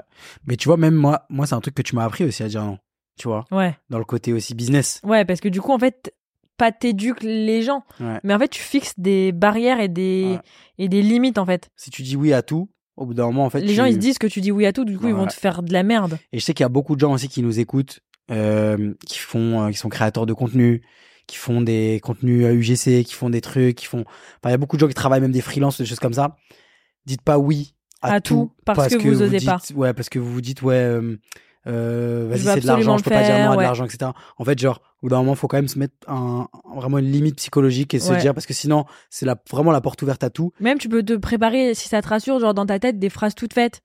[SPEAKER 2] Mais tu vois, même moi, moi c'est un truc que tu m'as appris aussi à dire non. Tu vois,
[SPEAKER 1] Ouais,
[SPEAKER 2] dans le côté aussi business.
[SPEAKER 1] ouais, parce que du coup, en fait, pas t'éduques les gens,
[SPEAKER 2] Ouais.
[SPEAKER 1] mais en fait, tu fixes des barrières et des,
[SPEAKER 2] Ouais.
[SPEAKER 1] et des limites en fait.
[SPEAKER 2] Si tu dis oui à tout, au bout d'un moment, en fait.
[SPEAKER 1] les
[SPEAKER 2] tu-
[SPEAKER 1] gens, ils se disent que tu dis oui à tout, du coup, ils vont
[SPEAKER 2] Ouais.
[SPEAKER 1] te faire de la merde.
[SPEAKER 2] Et je sais qu'il y a beaucoup de gens aussi qui nous écoutent, euh, qui font, euh, qui sont créateurs de contenu, qui font des contenus euh, UGC, qui font des trucs, qui font. Enfin, il y a beaucoup de gens qui travaillent même des freelances, des choses comme ça. Dites pas oui à,
[SPEAKER 1] À tout, parce que vous osez
[SPEAKER 2] dites,
[SPEAKER 1] pas.
[SPEAKER 2] Ouais, parce que vous vous dites ouais, euh, euh,
[SPEAKER 1] Je
[SPEAKER 2] vas-y
[SPEAKER 1] veux
[SPEAKER 2] c'est de l'argent,
[SPEAKER 1] absolument
[SPEAKER 2] je
[SPEAKER 1] le
[SPEAKER 2] peux pas dire non
[SPEAKER 1] faire,
[SPEAKER 2] à de
[SPEAKER 1] ouais.
[SPEAKER 2] l'argent, etc. En fait, genre au bout d'un moment, faut quand même se mettre un vraiment une limite psychologique et se
[SPEAKER 1] Ouais.
[SPEAKER 2] dire parce que sinon, c'est la, vraiment la porte ouverte à tout.
[SPEAKER 1] Même tu peux te préparer, si ça te rassure, genre dans ta tête, des phrases toutes faites.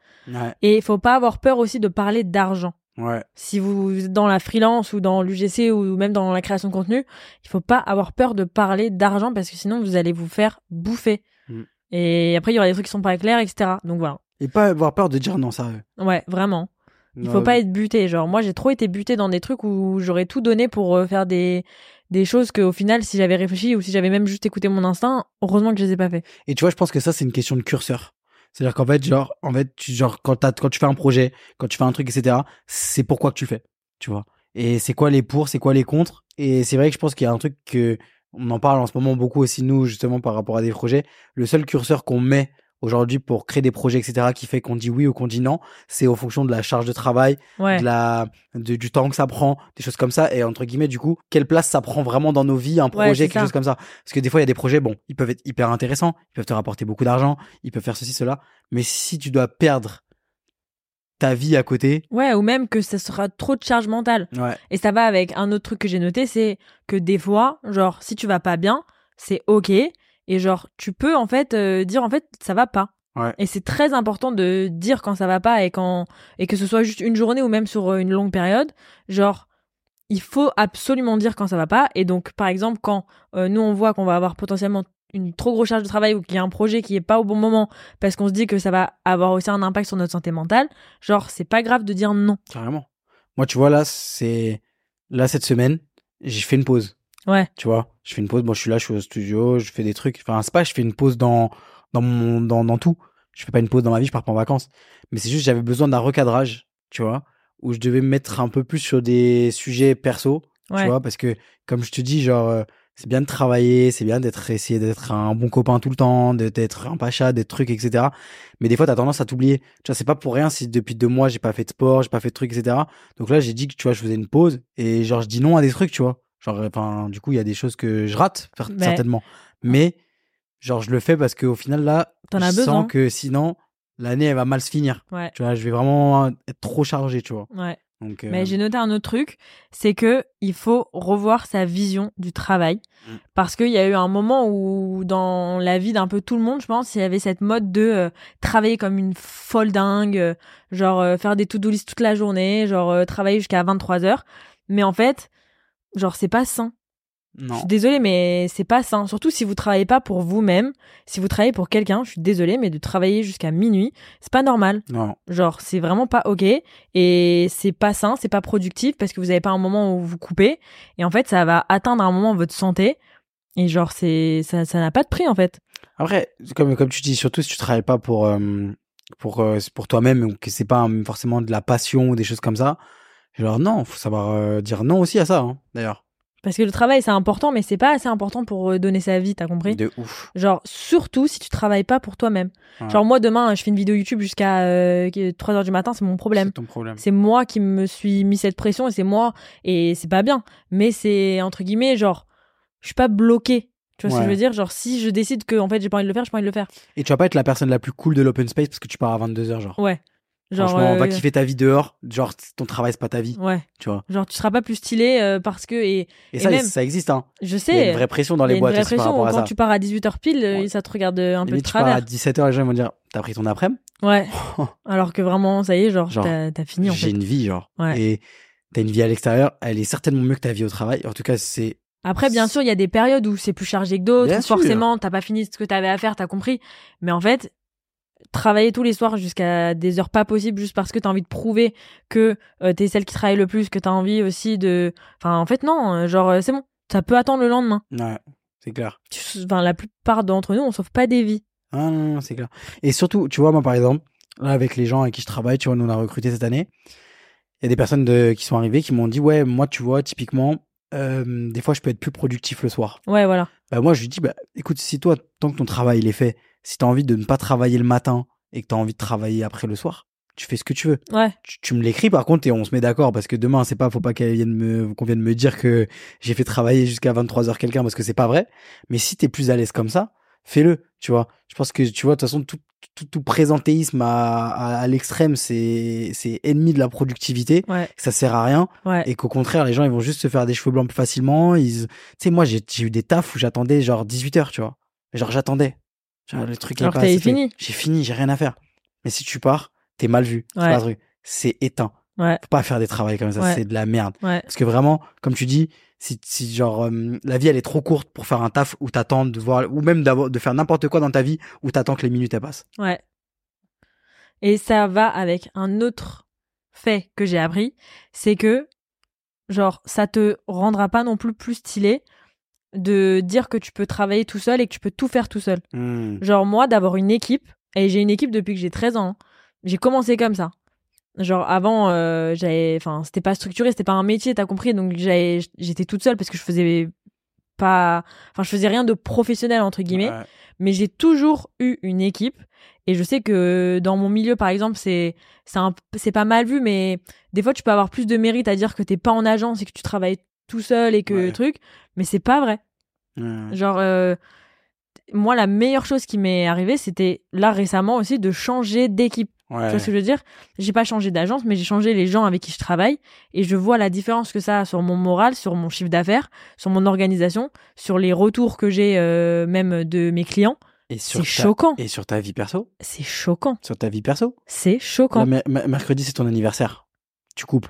[SPEAKER 1] Et il faut pas avoir peur aussi de parler d'argent.
[SPEAKER 2] ouais.
[SPEAKER 1] Si vous êtes dans la freelance ou dans l'UGC ou même dans la création de contenu, il faut pas avoir peur de parler d'argent parce que sinon vous allez vous faire bouffer.
[SPEAKER 2] Mm.
[SPEAKER 1] Et après il y aura des trucs qui sont pas clairs, etc. Donc voilà.
[SPEAKER 2] Et pas avoir peur de dire non, sérieux.
[SPEAKER 1] Ouais, vraiment. Il faut pas être buté. Genre moi j'ai trop été buté dans des trucs où j'aurais tout donné pour euh, faire des des choses que au final si j'avais réfléchi ou si j'avais même juste écouté mon instinct, heureusement que je les ai pas fait.
[SPEAKER 2] Et tu vois, je pense que ça, c'est une question de curseur. C'est-à-dire qu'en fait, genre, en fait, tu, genre, quand, t'as- quand tu fais un projet, quand tu fais un truc, etc., c'est pourquoi que tu le fais, tu vois. Et c'est quoi les pour, c'est quoi les contre. Et c'est vrai que je pense qu'il y a un truc que on en parle en ce moment beaucoup aussi nous, justement, par rapport à des projets. Le seul curseur qu'on met aujourd'hui pour créer des projets, etc., qui fait qu'on dit oui ou qu'on dit non, c'est en fonction de la charge de travail,
[SPEAKER 1] Ouais.
[SPEAKER 2] de la, de- du temps que ça prend, des choses comme ça. Et entre guillemets, du coup, quelle place ça prend vraiment dans nos vies, un projet,
[SPEAKER 1] c'est
[SPEAKER 2] quelque
[SPEAKER 1] ça.
[SPEAKER 2] chose comme ça. Parce que des fois, il y a des projets, bon, ils peuvent être hyper intéressants, ils peuvent te rapporter beaucoup d'argent, ils peuvent faire ceci, cela. Mais si tu dois perdre ta vie à côté,
[SPEAKER 1] Ouais, ou même que ça sera trop de charge mentale.
[SPEAKER 2] ouais,
[SPEAKER 1] Et ça va avec un autre truc que j'ai noté, c'est que des fois, genre, si tu vas pas bien, c'est ok. Et genre, tu peux en fait euh, dire en fait ça va pas.
[SPEAKER 2] Ouais.
[SPEAKER 1] Et c'est très important de dire quand ça va pas et quand et que ce soit juste une journée ou même sur euh, une longue période, genre il faut absolument dire quand ça va pas. Et donc par exemple quand euh, nous on voit qu'on va avoir potentiellement une trop grosse charge de travail ou qu'il y a un projet qui est pas au bon moment parce qu'on se dit que ça va avoir aussi un impact sur notre santé mentale, genre c'est pas grave de dire non.
[SPEAKER 2] carrément. Moi, tu vois, là, c'est, là, cette semaine, j'ai fait une pause.
[SPEAKER 1] Ouais.
[SPEAKER 2] Tu vois, je fais une pause. Moi, je suis là, je suis au studio, je fais des trucs. Enfin, c'est pas, je fais une pause dans, dans mon, dans, dans tout. Je fais pas une pause dans ma vie, je pars pas en vacances. Mais c'est juste, j'avais besoin d'un recadrage, tu vois, où je devais me mettre un peu plus sur des sujets perso,
[SPEAKER 1] Ouais.
[SPEAKER 2] tu vois, parce que, comme je te dis, genre, euh, c'est bien de travailler, c'est bien d'être, essayer d'être un bon copain tout le temps, de- d'être un pacha, des trucs, etc. Mais des fois, t'as tendance à t'oublier. Tu vois, c'est pas pour rien si depuis deux mois, j'ai pas fait de sport, j'ai pas fait de trucs, etc. Donc là, j'ai dit que tu vois, je faisais une pause et genre, je dis non à des trucs, tu vois. Genre, euh, enfin, du coup, il y a des choses que je rate, cer-
[SPEAKER 1] Bah, Ouais.
[SPEAKER 2] certainement. Mais, genre, je le fais parce qu'au final, là,
[SPEAKER 1] T'en
[SPEAKER 2] je
[SPEAKER 1] as besoin.
[SPEAKER 2] sens que sinon, l'année, elle va mal se finir.
[SPEAKER 1] Ouais.
[SPEAKER 2] Tu vois, je vais vraiment être trop chargé, tu vois.
[SPEAKER 1] Ouais.
[SPEAKER 2] Donc, euh,
[SPEAKER 1] Mais j'ai noté un autre truc, c'est que il faut revoir sa vision du travail.
[SPEAKER 2] Mm.
[SPEAKER 1] Parce qu'il y a eu un moment où, dans la vie d'un peu tout le monde, je pense, il y avait cette mode de euh, travailler comme une folle dingue, euh, genre euh, faire des to-do list toute la journée, genre euh, travailler jusqu'à 23 heures. Mais en fait, genre, c'est pas sain. Je
[SPEAKER 2] non.
[SPEAKER 1] suis désolée, mais c'est pas sain. Surtout si vous travaillez pas pour vous-même, si vous travaillez pour quelqu'un, je suis désolée, mais de travailler jusqu'à minuit, c'est pas normal.
[SPEAKER 2] Non.
[SPEAKER 1] Genre, c'est vraiment pas OK et c'est pas sain, c'est pas productif parce que vous avez pas un moment où vous coupez et en fait, ça va atteindre un moment votre santé et genre c'est ça ça n'a pas de prix en fait.
[SPEAKER 2] Après, comme, comme tu dis, surtout si tu travailles pas pour, euh, pour, euh, pour toi-même, ou que c'est pas euh, forcément de la passion ou des choses comme ça, genre non, faut savoir euh, dire non aussi à ça, hein, d'ailleurs.
[SPEAKER 1] Parce que le travail c'est important mais c'est pas assez important pour euh, donner sa vie, t'as compris
[SPEAKER 2] De ouf.
[SPEAKER 1] Genre surtout si tu travailles pas pour toi-même.
[SPEAKER 2] Ouais.
[SPEAKER 1] Genre moi demain, je fais une vidéo YouTube jusqu'à euh, 3h du matin, c'est mon problème.
[SPEAKER 2] C'est ton problème.
[SPEAKER 1] C'est moi qui me suis mis cette pression et c'est moi et c'est pas bien. Mais c'est entre guillemets genre je suis pas bloquée. Tu vois ce que
[SPEAKER 2] Ouais.
[SPEAKER 1] je veux dire Genre si je décide que en fait j'ai pas envie de le faire, j'ai pas envie de le faire.
[SPEAKER 2] Et tu vas pas être la personne la plus cool de l'open space parce que tu pars à 22h, genre.
[SPEAKER 1] Ouais. Genre,
[SPEAKER 2] Franchement, va
[SPEAKER 1] euh,
[SPEAKER 2] kiffer ta vie dehors. Genre, ton travail, c'est pas ta vie,
[SPEAKER 1] Ouais.
[SPEAKER 2] tu vois.
[SPEAKER 1] Genre, tu seras pas plus stylé euh, parce que. Et
[SPEAKER 2] Et, ça,
[SPEAKER 1] même-
[SPEAKER 2] ça existe, hein.
[SPEAKER 1] je
[SPEAKER 2] Il y a
[SPEAKER 1] sais.
[SPEAKER 2] une vraie pression dans
[SPEAKER 1] il y a
[SPEAKER 2] les
[SPEAKER 1] une
[SPEAKER 2] boîtes
[SPEAKER 1] vraie
[SPEAKER 2] aussi par
[SPEAKER 1] pression.
[SPEAKER 2] rapport à
[SPEAKER 1] Quand
[SPEAKER 2] ça.
[SPEAKER 1] tu pars à 18h pile, euh,
[SPEAKER 2] Ouais.
[SPEAKER 1] ça te regarde euh, un peu de
[SPEAKER 2] Limite, tu pars à
[SPEAKER 1] travers.
[SPEAKER 2] 17h, les gens ils vont dire T'as pris ton après-midi
[SPEAKER 1] Ouais. Alors que vraiment, ça y est, genre,
[SPEAKER 2] Genre,
[SPEAKER 1] t'as t'as fini en
[SPEAKER 2] J'ai
[SPEAKER 1] fait.
[SPEAKER 2] une vie, genre.
[SPEAKER 1] Ouais.
[SPEAKER 2] Et t'as une vie à l'extérieur, elle est certainement mieux que ta vie au travail. En tout cas, c'est.
[SPEAKER 1] Après, bien sûr, il y a des périodes où c'est plus chargé que d'autres.
[SPEAKER 2] Bien
[SPEAKER 1] où
[SPEAKER 2] sûr.
[SPEAKER 1] Forcément, t'as pas fini ce que t'avais à faire, t'as compris. Mais en fait, travailler tous les soirs jusqu'à des heures pas possibles juste parce que t'as envie de prouver que euh, t'es celle qui travaille le plus, que t'as envie aussi de. Enfin, en fait, non. euh, Genre, euh, c'est bon. Ça peut attendre le lendemain.
[SPEAKER 2] Ouais, c'est clair.
[SPEAKER 1] Tu- Enfin, la plupart d'entre nous, on sauve pas des vies.
[SPEAKER 2] Ah, non, non, c'est clair. Et surtout, tu vois, moi par exemple, là, avec les gens avec qui je travaille, tu vois, nous on a recruté cette année. Il y a des personnes de- qui sont arrivées qui m'ont dit Ouais, moi, tu vois, typiquement, euh, des fois, je peux être plus productif le soir.
[SPEAKER 1] Ouais, voilà.
[SPEAKER 2] Bah, moi, je lui dis bah, Écoute, si toi, tant que ton travail il est fait, si t'as envie de ne pas travailler le matin et que t'as envie de travailler après le soir, tu fais ce que tu veux.
[SPEAKER 1] Ouais.
[SPEAKER 2] tu, tu me l'écris par contre et on se met d'accord parce que demain c'est pas faut pas qu'elle vienne me qu'on vienne me dire que j'ai fait travailler jusqu'à 23h quelqu'un parce que c'est pas vrai mais si t'es plus à l'aise comme ça fais-le tu vois je pense que tu vois de toute façon tout tout, tout présentéisme à, à, à l'extrême c'est c'est ennemi de la productivité
[SPEAKER 1] Ouais.
[SPEAKER 2] ça sert à rien
[SPEAKER 1] Ouais.
[SPEAKER 2] et qu'au contraire les gens ils vont juste se faire des cheveux blancs plus facilement ils tu sais moi j'ai j'ai eu des tafs où j'attendais genre 18h tu vois genre j'attendais genre le truc il est
[SPEAKER 1] Alors que
[SPEAKER 2] pas
[SPEAKER 1] t'avais
[SPEAKER 2] assez fait.
[SPEAKER 1] fini.
[SPEAKER 2] j'ai fini j'ai rien à faire mais si tu pars t'es mal vu c'est
[SPEAKER 1] Ouais.
[SPEAKER 2] pas un truc c'est éteint
[SPEAKER 1] Ouais.
[SPEAKER 2] faut pas faire des travails comme ça,
[SPEAKER 1] Ouais.
[SPEAKER 2] c'est de la merde.
[SPEAKER 1] Ouais.
[SPEAKER 2] Parce que vraiment, comme tu dis, si, si genre euh, la vie elle est trop courte pour faire un taf où t'attends de voir, ou même d'avoir- de faire n'importe quoi dans ta vie où t'attends que les minutes elles passent.
[SPEAKER 1] Ouais. Et ça va avec un autre fait que j'ai appris, c'est que genre ça te rendra pas non plus plus stylé de dire que tu peux travailler tout seul et que tu peux tout faire tout seul.
[SPEAKER 2] Mmh.
[SPEAKER 1] Genre moi d'avoir une équipe et j'ai une équipe depuis que j'ai 13 ans. hein. J'ai commencé comme ça. Genre avant euh, j'avais enfin c'était pas structuré, c'était pas un métier, t'as compris donc j'avais j'étais toute seule parce que je faisais pas enfin je faisais rien de professionnel entre guillemets mais j'ai toujours eu une équipe et je sais que dans mon milieu par exemple c'est c'est un- c'est pas mal vu mais des fois tu peux avoir plus de mérite à dire que t'es pas en agence et que tu travailles tout seul et que
[SPEAKER 2] Ouais. Mm.
[SPEAKER 1] truc mais c'est pas vrai
[SPEAKER 2] Mmh.
[SPEAKER 1] genre euh, moi la meilleure chose qui m'est arrivée c'était là récemment aussi de changer d'équipe tu vois ce que je veux dire j'ai pas changé d'agence mais j'ai changé les gens avec qui je travaille et je vois la différence que ça a sur mon moral sur mon chiffre d'affaires sur mon organisation sur les retours que j'ai euh, même de mes clients
[SPEAKER 2] Et
[SPEAKER 1] c'est
[SPEAKER 2] sur ta,
[SPEAKER 1] choquant.
[SPEAKER 2] Et sur ta vie perso,
[SPEAKER 1] C'est choquant.
[SPEAKER 2] sur ta vie perso.
[SPEAKER 1] C'est
[SPEAKER 2] Là,
[SPEAKER 1] choquant.
[SPEAKER 2] mer- mer- mercredi c'est ton anniversaire, tu coupes.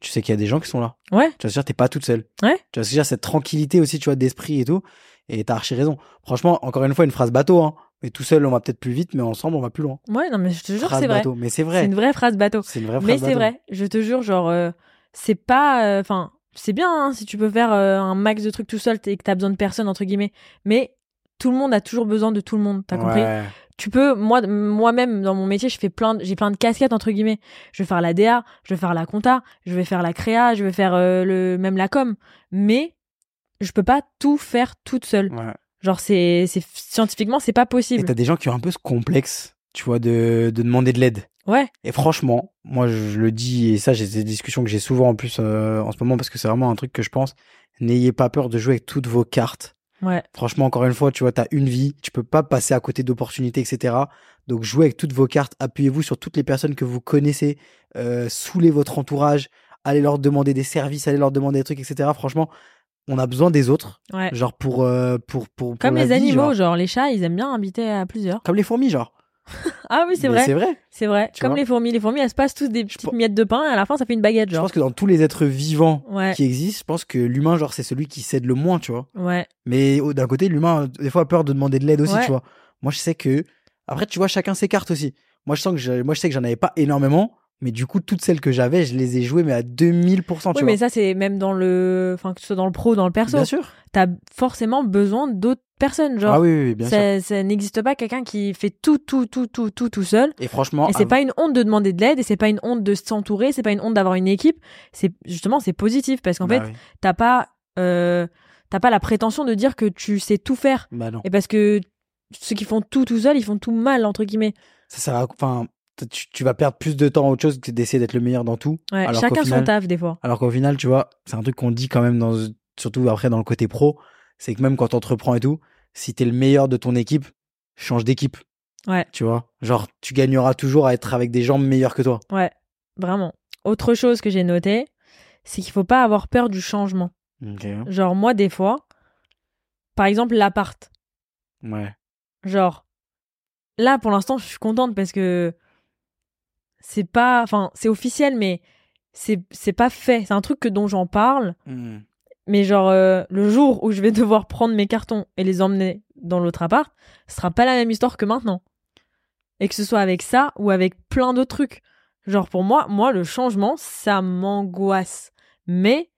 [SPEAKER 2] Tu sais qu'il y a des gens qui sont là.
[SPEAKER 1] Ouais.
[SPEAKER 2] Tu vas se dire, t'es pas toute seule.
[SPEAKER 1] Ouais.
[SPEAKER 2] Tu vas se dire, cette tranquillité aussi, tu vois, d'esprit et tout. Et t'as archi raison. Franchement, encore une fois, une phrase bateau, hein. Mais tout seul, on va peut-être plus vite, mais ensemble, on va plus loin.
[SPEAKER 1] Ouais, non, mais je te jure,
[SPEAKER 2] Phrase
[SPEAKER 1] c'est vrai.
[SPEAKER 2] bateau. Mais c'est
[SPEAKER 1] C'est
[SPEAKER 2] vrai.
[SPEAKER 1] une vraie phrase bateau.
[SPEAKER 2] C'est une vraie phrase
[SPEAKER 1] Mais c'est
[SPEAKER 2] bateau.
[SPEAKER 1] vrai. Je te jure, genre, euh, c'est pas. euh, Enfin, c'est bien hein, si tu peux faire euh, un max de trucs tout seul et que t'as besoin de personne, entre guillemets. Mais tout le monde a toujours besoin de tout le monde, t'as compris
[SPEAKER 2] Ouais.
[SPEAKER 1] tu peux moi moi-même dans mon métier je fais plein de- j'ai plein de casquettes entre guillemets je vais faire la DA je vais faire la compta je vais faire la créa je vais faire euh, le même la com mais je peux pas tout faire toute seule
[SPEAKER 2] Ouais.
[SPEAKER 1] genre c'est c'est scientifiquement c'est pas
[SPEAKER 2] Et
[SPEAKER 1] possible
[SPEAKER 2] t'as des gens qui ont un peu ce complexe, tu vois, de, de demander de l'aide.
[SPEAKER 1] ouais
[SPEAKER 2] Et franchement, moi, je le dis, et ça, j'ai des discussions que j'ai souvent en plus euh, en ce moment parce que c'est vraiment un truc que je pense. N'ayez pas peur de jouer avec toutes vos cartes.
[SPEAKER 1] ouais
[SPEAKER 2] Franchement, encore une fois, tu vois, t'as une vie, tu peux pas passer à côté d'opportunités, etc. Donc, jouez avec toutes vos cartes, appuyez-vous sur toutes les personnes que vous connaissez, euh, saoulez votre entourage, allez leur demander des services, allez leur demander des trucs, etc. Franchement, on a besoin des autres,
[SPEAKER 1] ouais
[SPEAKER 2] genre pour euh, pour pour, pour
[SPEAKER 1] comme
[SPEAKER 2] la
[SPEAKER 1] les
[SPEAKER 2] vie,
[SPEAKER 1] animaux
[SPEAKER 2] genre.
[SPEAKER 1] genre. les chats ils aiment bien habiter à plusieurs
[SPEAKER 2] comme les fourmis, genre.
[SPEAKER 1] ah oui c'est
[SPEAKER 2] Mais
[SPEAKER 1] vrai
[SPEAKER 2] C'est vrai.
[SPEAKER 1] c'est vrai
[SPEAKER 2] Tu
[SPEAKER 1] comme
[SPEAKER 2] vois.
[SPEAKER 1] les fourmis les fourmis elles se passent toutes des petites
[SPEAKER 2] pense-
[SPEAKER 1] miettes de pain et à la fin ça fait une baguette
[SPEAKER 2] Je
[SPEAKER 1] genre
[SPEAKER 2] pense que dans tous les êtres vivants
[SPEAKER 1] ouais
[SPEAKER 2] qui existent, je pense que l'humain, genre, c'est celui qui cède le moins, tu vois.
[SPEAKER 1] ouais
[SPEAKER 2] Mais au- d'un côté, l'humain, euh, des fois, a peur de demander de l'aide aussi,
[SPEAKER 1] Ouais.
[SPEAKER 2] tu vois. Moi, je sais que. Après, tu vois, chacun ses cartes aussi. Moi, je sens que j'ai- moi, je sais que j'en avais pas énormément, mais du coup, toutes celles que j'avais, je les ai jouées, mais à 2000%,
[SPEAKER 1] oui
[SPEAKER 2] tu
[SPEAKER 1] mais
[SPEAKER 2] vois.
[SPEAKER 1] ça c'est même dans le enfin que ce soit dans le pro ou dans le perso
[SPEAKER 2] Bien sûr.
[SPEAKER 1] t'as forcément besoin d'autres personnes. Genre,
[SPEAKER 2] ah oui, oui, oui, bien sûr.
[SPEAKER 1] ça, ça n'existe pas quelqu'un qui fait tout, tout, tout, tout, tout, tout seul.
[SPEAKER 2] Et franchement, ah
[SPEAKER 1] Et c'est
[SPEAKER 2] av-
[SPEAKER 1] pas une honte de demander de l'aide, et c'est pas une honte de s'entourer, c'est pas une honte d'avoir une équipe. C'est justement c'est positif parce qu'en
[SPEAKER 2] bah
[SPEAKER 1] fait
[SPEAKER 2] oui.
[SPEAKER 1] t'as pas euh, t'as pas la prétention de dire que tu sais tout faire.
[SPEAKER 2] Bah non.
[SPEAKER 1] Et parce que ceux qui font tout tout seuls, ils font tout mal entre guillemets.
[SPEAKER 2] Ça sert à- Enfin, t- tu, tu vas perdre plus de temps à autre chose que d'essayer d'être le meilleur dans tout.
[SPEAKER 1] Ouais,
[SPEAKER 2] Alors qu'au
[SPEAKER 1] chacun
[SPEAKER 2] final-
[SPEAKER 1] son taf des fois.
[SPEAKER 2] Alors qu'au final, tu vois, c'est un truc qu'on dit quand même, dans, surtout après dans le côté pro, c'est que même quand t'entreprends et tout, si t'es le meilleur de ton équipe, change d'équipe.
[SPEAKER 1] Ouais.
[SPEAKER 2] Tu vois, genre, tu gagneras toujours à être avec des gens meilleurs que toi.
[SPEAKER 1] Vraiment. Autre chose que j'ai noté, c'est qu'il faut pas avoir peur du changement. Genre, moi, des fois, par exemple, l'appart.
[SPEAKER 2] Ouais.
[SPEAKER 1] Genre, là, pour l'instant, je suis contente parce que c'est pas. Enfin, c'est officiel, mais c'est c'est pas fait. C'est un truc que dont j'en parle.
[SPEAKER 2] Mmh.
[SPEAKER 1] Mais genre, euh, le jour où je vais devoir prendre mes cartons et les emmener dans l'autre appart, ce sera pas la même histoire que maintenant. Et que ce soit avec ça ou avec plein d'autres trucs. Genre, pour moi, moi, le changement, ça m'angoisse. Mais,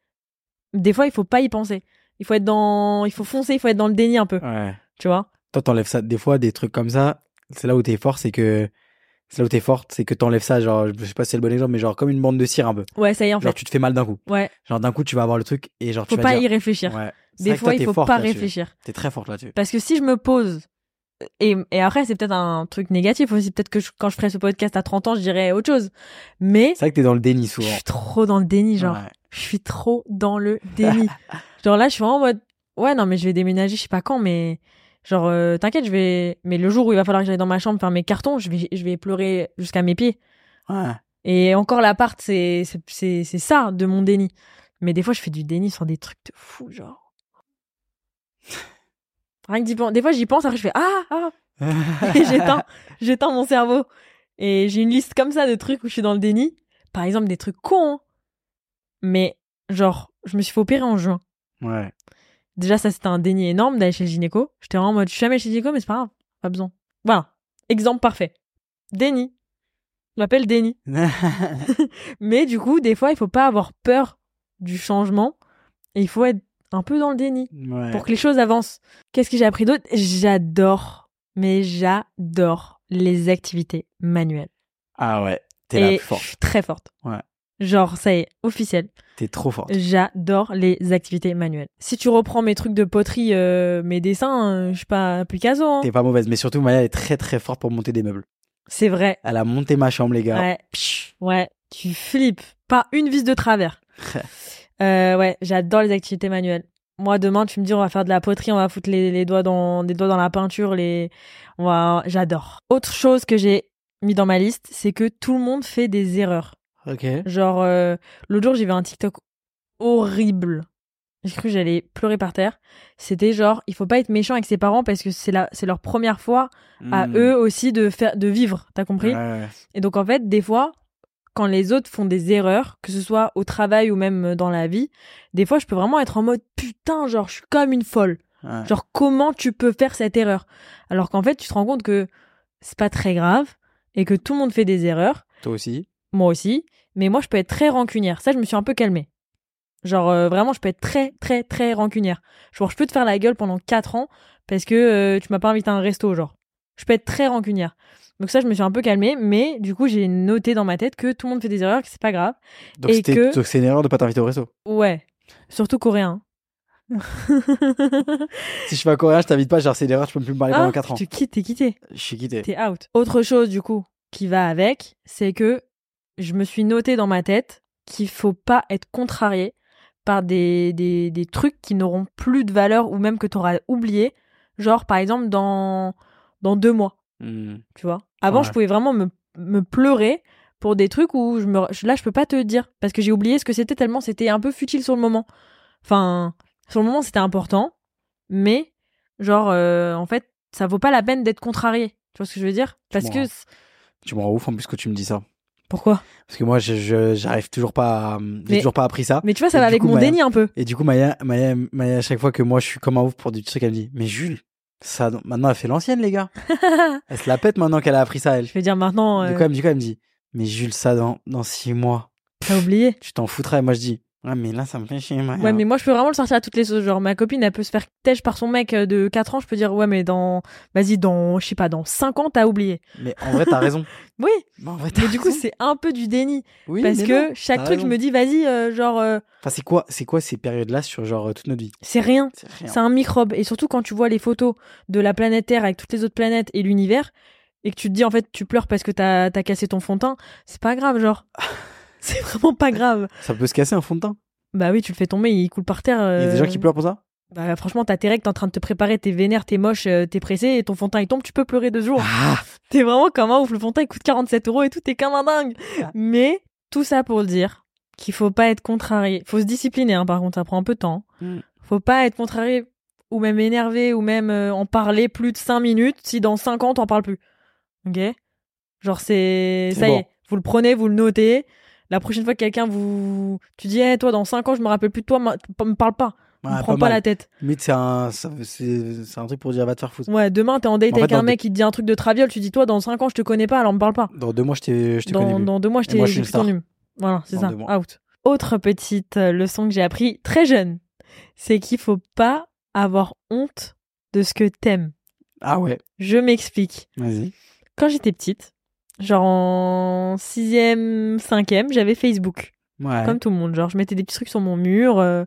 [SPEAKER 1] des fois, il faut pas y penser. Il faut être dans, il faut foncer, il faut être dans le déni un peu.
[SPEAKER 2] Ouais.
[SPEAKER 1] Tu vois?
[SPEAKER 2] Toi, t'enlèves ça. Des fois, des trucs comme ça, c'est là où t'es fort, c'est que. C'est là où t'es forte, c'est que t'enlèves ça, genre, je sais pas si c'est le bon exemple, mais genre comme une bande de cire un peu.
[SPEAKER 1] Ouais, ça y est, en
[SPEAKER 2] Genre,
[SPEAKER 1] fait.
[SPEAKER 2] tu te fais mal d'un coup.
[SPEAKER 1] Ouais.
[SPEAKER 2] Genre, d'un coup, tu vas avoir le truc et genre,
[SPEAKER 1] Faut
[SPEAKER 2] tu vas
[SPEAKER 1] pas
[SPEAKER 2] dire.
[SPEAKER 1] y réfléchir.
[SPEAKER 2] Ouais. C'est
[SPEAKER 1] Des
[SPEAKER 2] vrai que
[SPEAKER 1] fois,
[SPEAKER 2] toi,
[SPEAKER 1] il
[SPEAKER 2] t'es
[SPEAKER 1] faut
[SPEAKER 2] forte
[SPEAKER 1] pas
[SPEAKER 2] là-dessus.
[SPEAKER 1] réfléchir.
[SPEAKER 2] T'es très forte là-dessus.
[SPEAKER 1] Parce que si je me pose, et, et après, c'est peut-être un truc négatif aussi. Peut-être que je- quand je ferai ce podcast à 30 ans, je dirais autre chose. Mais
[SPEAKER 2] C'est vrai que t'es dans le déni
[SPEAKER 1] je
[SPEAKER 2] souvent.
[SPEAKER 1] suis trop dans le déni, genre.
[SPEAKER 2] Ouais.
[SPEAKER 1] Je suis trop dans le déni. genre là, je suis vraiment en mode, ouais, non, mais je vais déménager, je sais pas quand, mais genre, euh, t'inquiète, je vais. Mais le jour où il va falloir que j'aille dans ma chambre faire mes cartons, je vais, je vais pleurer jusqu'à mes pieds.
[SPEAKER 2] Ouais.
[SPEAKER 1] Et encore l'appart, c'est c'est- c'est c'est ça de mon déni. Mais des fois, je fais du déni sur des trucs de fou, genre. Rien que d'y pen- Des fois, j'y pense, après je fais ah ah, et j'éteins, j'éteins mon cerveau. Et j'ai une liste comme ça de trucs où je suis dans le déni. Par exemple, des trucs cons. hein. Mais genre, je me suis fait opérer en juin.
[SPEAKER 2] ouais.
[SPEAKER 1] Déjà, ça c'était un déni énorme d'aller chez le gynéco. J'étais vraiment en mode, je suis jamais chez le gynéco, mais c'est pas grave, pas besoin. Voilà, exemple parfait. Déni. Je m'appelle déni. Mais du coup, des fois, il faut pas avoir peur du changement et il faut être un peu dans le déni
[SPEAKER 2] Ouais.
[SPEAKER 1] pour que les choses avancent. Qu'est-ce que j'ai appris d'autre J'adore, mais j'adore les activités manuelles.
[SPEAKER 2] Ah ouais. T'es la
[SPEAKER 1] Et
[SPEAKER 2] plus
[SPEAKER 1] je
[SPEAKER 2] forte.
[SPEAKER 1] suis très forte.
[SPEAKER 2] Ouais.
[SPEAKER 1] Genre, ça y est, officiel.
[SPEAKER 2] T'es trop forte.
[SPEAKER 1] J'adore les activités manuelles. Si tu reprends mes trucs de poterie, euh, mes dessins, euh, je suis pas Picasso. hein.
[SPEAKER 2] T'es pas mauvaise. Mais surtout, Maya est très très forte pour monter des meubles.
[SPEAKER 1] C'est vrai.
[SPEAKER 2] Elle a monté ma chambre, les gars.
[SPEAKER 1] Ouais. Ouais, tu flippes. Pas une vis de travers. Euh, ouais, j'adore les activités manuelles. Moi, demain, tu me dis, on va faire de la poterie, on va foutre les, les doigts dans, des doigts dans la peinture, les, on va- j'adore. Autre chose que j'ai mis dans ma liste, c'est que tout le monde fait des erreurs.
[SPEAKER 2] Ok.
[SPEAKER 1] Genre, euh, l'autre jour, j'ai vu un TikTok horrible. J'ai cru que j'allais pleurer par terre. C'était genre, il faut pas être méchant avec ses parents parce que c'est la, c'est leur première fois
[SPEAKER 2] Hmm.
[SPEAKER 1] à eux aussi de faire, de vivre. T'as compris? Et donc, en fait, des fois, quand les autres font des erreurs, que ce soit au travail ou même euh, dans la vie, des fois, je peux vraiment être en mode putain, genre, je suis comme une folle. Genre, comment tu peux faire cette erreur Alors qu'en fait, tu te rends compte que c'est pas très grave et que tout le monde fait des erreurs,
[SPEAKER 2] Toi aussi.
[SPEAKER 1] moi aussi, mais moi, je peux être très rancunière. Ça, je me suis un peu calmée. Genre, euh, vraiment, je peux être très, très, très rancunière. Genre, je peux te faire la gueule pendant 4 ans parce que euh, tu m'as pas invité à un resto, genre. Je peux être très rancunière. Donc ça, je me suis un peu calmée, mais du coup, j'ai noté dans ma tête que tout le monde fait des erreurs, que c'est pas grave.
[SPEAKER 2] Donc
[SPEAKER 1] Et
[SPEAKER 2] c'était
[SPEAKER 1] que-
[SPEAKER 2] donc c'est une erreur de pas t'inviter au resto.
[SPEAKER 1] Ouais. Surtout coréen.
[SPEAKER 2] Si je suis pas coréen, je t'invite pas. Genre c'est une erreur. Tu peux plus me parler pendant
[SPEAKER 1] Ah,
[SPEAKER 2] 4 ans.
[SPEAKER 1] Tu quittes, t'es quitté.
[SPEAKER 2] Je suis quitté.
[SPEAKER 1] T'es out. Autre chose, du coup, qui va avec, c'est que je me suis noté dans ma tête qu'il faut pas être contrarié par des, des, des trucs qui n'auront plus de valeur ou même que tu auras oublié. Genre, par exemple, dans, dans deux mois,
[SPEAKER 2] Mm.
[SPEAKER 1] tu vois. Avant,
[SPEAKER 2] Ouais.
[SPEAKER 1] je pouvais vraiment me, me pleurer pour des trucs où je me, je- là, je peux pas te dire parce que j'ai oublié ce que c'était tellement c'était un peu futile sur le moment. Enfin, sur le moment, c'était important, mais genre, euh, en fait, ça vaut pas la peine d'être contrarié. Tu vois ce que je veux dire Parce que.
[SPEAKER 2] comprends. Tu me rends ouf en plus que tu me dis ça.
[SPEAKER 1] Pourquoi
[SPEAKER 2] Parce que moi, je- je- j'arrive toujours pas. à- hmm, J'ai
[SPEAKER 1] Mais-
[SPEAKER 2] toujours pas appris ça.
[SPEAKER 1] Mais tu vois, ça
[SPEAKER 2] Et
[SPEAKER 1] va
[SPEAKER 2] du
[SPEAKER 1] avec
[SPEAKER 2] coup,
[SPEAKER 1] mon
[SPEAKER 2] bah,
[SPEAKER 1] déni un peu.
[SPEAKER 2] Et du coup, Maya, Maya, Maya, à chaque fois que moi je suis comme un ouf pour du truc, elle me dit Mais Jules, ça, maintenant elle fait l'ancienne, les gars.
[SPEAKER 1] je
[SPEAKER 2] Elle se la pète maintenant qu'elle a appris ça, elle.
[SPEAKER 1] veux dire, maintenant,
[SPEAKER 2] Du
[SPEAKER 1] euh,
[SPEAKER 2] coup, elle me dit quoi Elle me dit Mais Jules, ça dans, dans six mois,
[SPEAKER 1] t'as oublié.
[SPEAKER 2] tu t'en foutras. Et moi, je dis Ouais, mais là, ça me fait chier, Maya.
[SPEAKER 1] Ouais, mais moi, je peux vraiment le sortir à toutes les sauces. Genre, ma copine, elle peut se faire têche par son mec euh, de 4 ans. Je peux dire, ouais, mais dans. Vas-y, dans. Je sais pas, dans 5 ans, t'as oublié.
[SPEAKER 2] Mais en vrai, t'as raison.
[SPEAKER 1] Oui,
[SPEAKER 2] Mais en vrai, t'as
[SPEAKER 1] mais du coup,
[SPEAKER 2] raison.
[SPEAKER 1] c'est un peu du déni.
[SPEAKER 2] Oui,
[SPEAKER 1] parce
[SPEAKER 2] mais
[SPEAKER 1] que
[SPEAKER 2] non.
[SPEAKER 1] chaque
[SPEAKER 2] t'as
[SPEAKER 1] truc,
[SPEAKER 2] raison.
[SPEAKER 1] je me dis, vas-y, euh, genre, euh,
[SPEAKER 2] Enfin, c'est quoi, c'est quoi ces périodes-là sur genre euh, toute notre vie
[SPEAKER 1] c'est rien.
[SPEAKER 2] C'est rien.
[SPEAKER 1] C'est un microbe. Et surtout, quand tu vois les photos de la planète Terre avec toutes les autres planètes et l'univers, et que tu te dis, en fait, tu pleures parce que t'as t'as cassé ton fond de teint, c'est pas grave, genre. c'est vraiment pas grave.
[SPEAKER 2] Ça peut se casser un fond de teint.
[SPEAKER 1] Bah oui, tu le fais tomber, il coule par terre.
[SPEAKER 2] Il y a des gens
[SPEAKER 1] euh,
[SPEAKER 2] qui pleurent pour ça
[SPEAKER 1] Bah, franchement, t'as tes règles, t'es en train de te préparer, t'es vénère, t'es moche, euh, t'es pressé et ton fond de teint il tombe, tu peux pleurer deux jours.
[SPEAKER 2] Ah,
[SPEAKER 1] T'es vraiment comme un ouf, le fond de teint il coûte 47 euros et tout, t'es comme un dingue.
[SPEAKER 2] Ah.
[SPEAKER 1] Mais tout ça pour dire qu'il faut pas être contrarié. Faut se discipliner, hein, par contre, ça prend un peu de temps.
[SPEAKER 2] Mm.
[SPEAKER 1] Faut pas être contrarié ou même énervé ou même euh, en parler plus de 5 minutes si dans 5 ans t'en parles plus. Ok Genre, c'est.
[SPEAKER 2] C'est
[SPEAKER 1] Ça y
[SPEAKER 2] bon.
[SPEAKER 1] est, vous le prenez, vous le notez. La prochaine fois que quelqu'un vous. Tu dis, Eh, toi, dans 5 ans, je me rappelle plus de toi, ma- me parle pas.
[SPEAKER 2] ouais,
[SPEAKER 1] me prends pas
[SPEAKER 2] mal.
[SPEAKER 1] la tête.
[SPEAKER 2] Limite, c'est un, ça- c'est c'est un truc pour dire va te faire foutre.
[SPEAKER 1] Ouais, demain, t'es en date
[SPEAKER 2] En fait,
[SPEAKER 1] avec
[SPEAKER 2] dans
[SPEAKER 1] un
[SPEAKER 2] des-
[SPEAKER 1] mec qui te dit un truc de traviole, tu dis toi, dans 5 ans, je te connais pas, alors me parle pas.
[SPEAKER 2] Dans deux mois, je t'ai- je te connais
[SPEAKER 1] Dans,
[SPEAKER 2] plus.
[SPEAKER 1] dans deux mois, je
[SPEAKER 2] Et moi,
[SPEAKER 1] t'ai
[SPEAKER 2] je suis
[SPEAKER 1] j'ai
[SPEAKER 2] une
[SPEAKER 1] plus ton
[SPEAKER 2] star.
[SPEAKER 1] num. Voilà, c'est
[SPEAKER 2] Dans
[SPEAKER 1] ça,
[SPEAKER 2] deux mois.
[SPEAKER 1] out. Autre petite euh, leçon que j'ai appris très jeune, c'est qu'il faut pas avoir honte de ce que t'aimes.
[SPEAKER 2] Ah ouais,
[SPEAKER 1] Je m'explique.
[SPEAKER 2] vas-y.
[SPEAKER 1] Quand j'étais petite, genre en 6ème, 5ème, j'avais Facebook.
[SPEAKER 2] Ouais.
[SPEAKER 1] Comme tout le monde, genre je mettais des petits trucs sur mon mur. euh,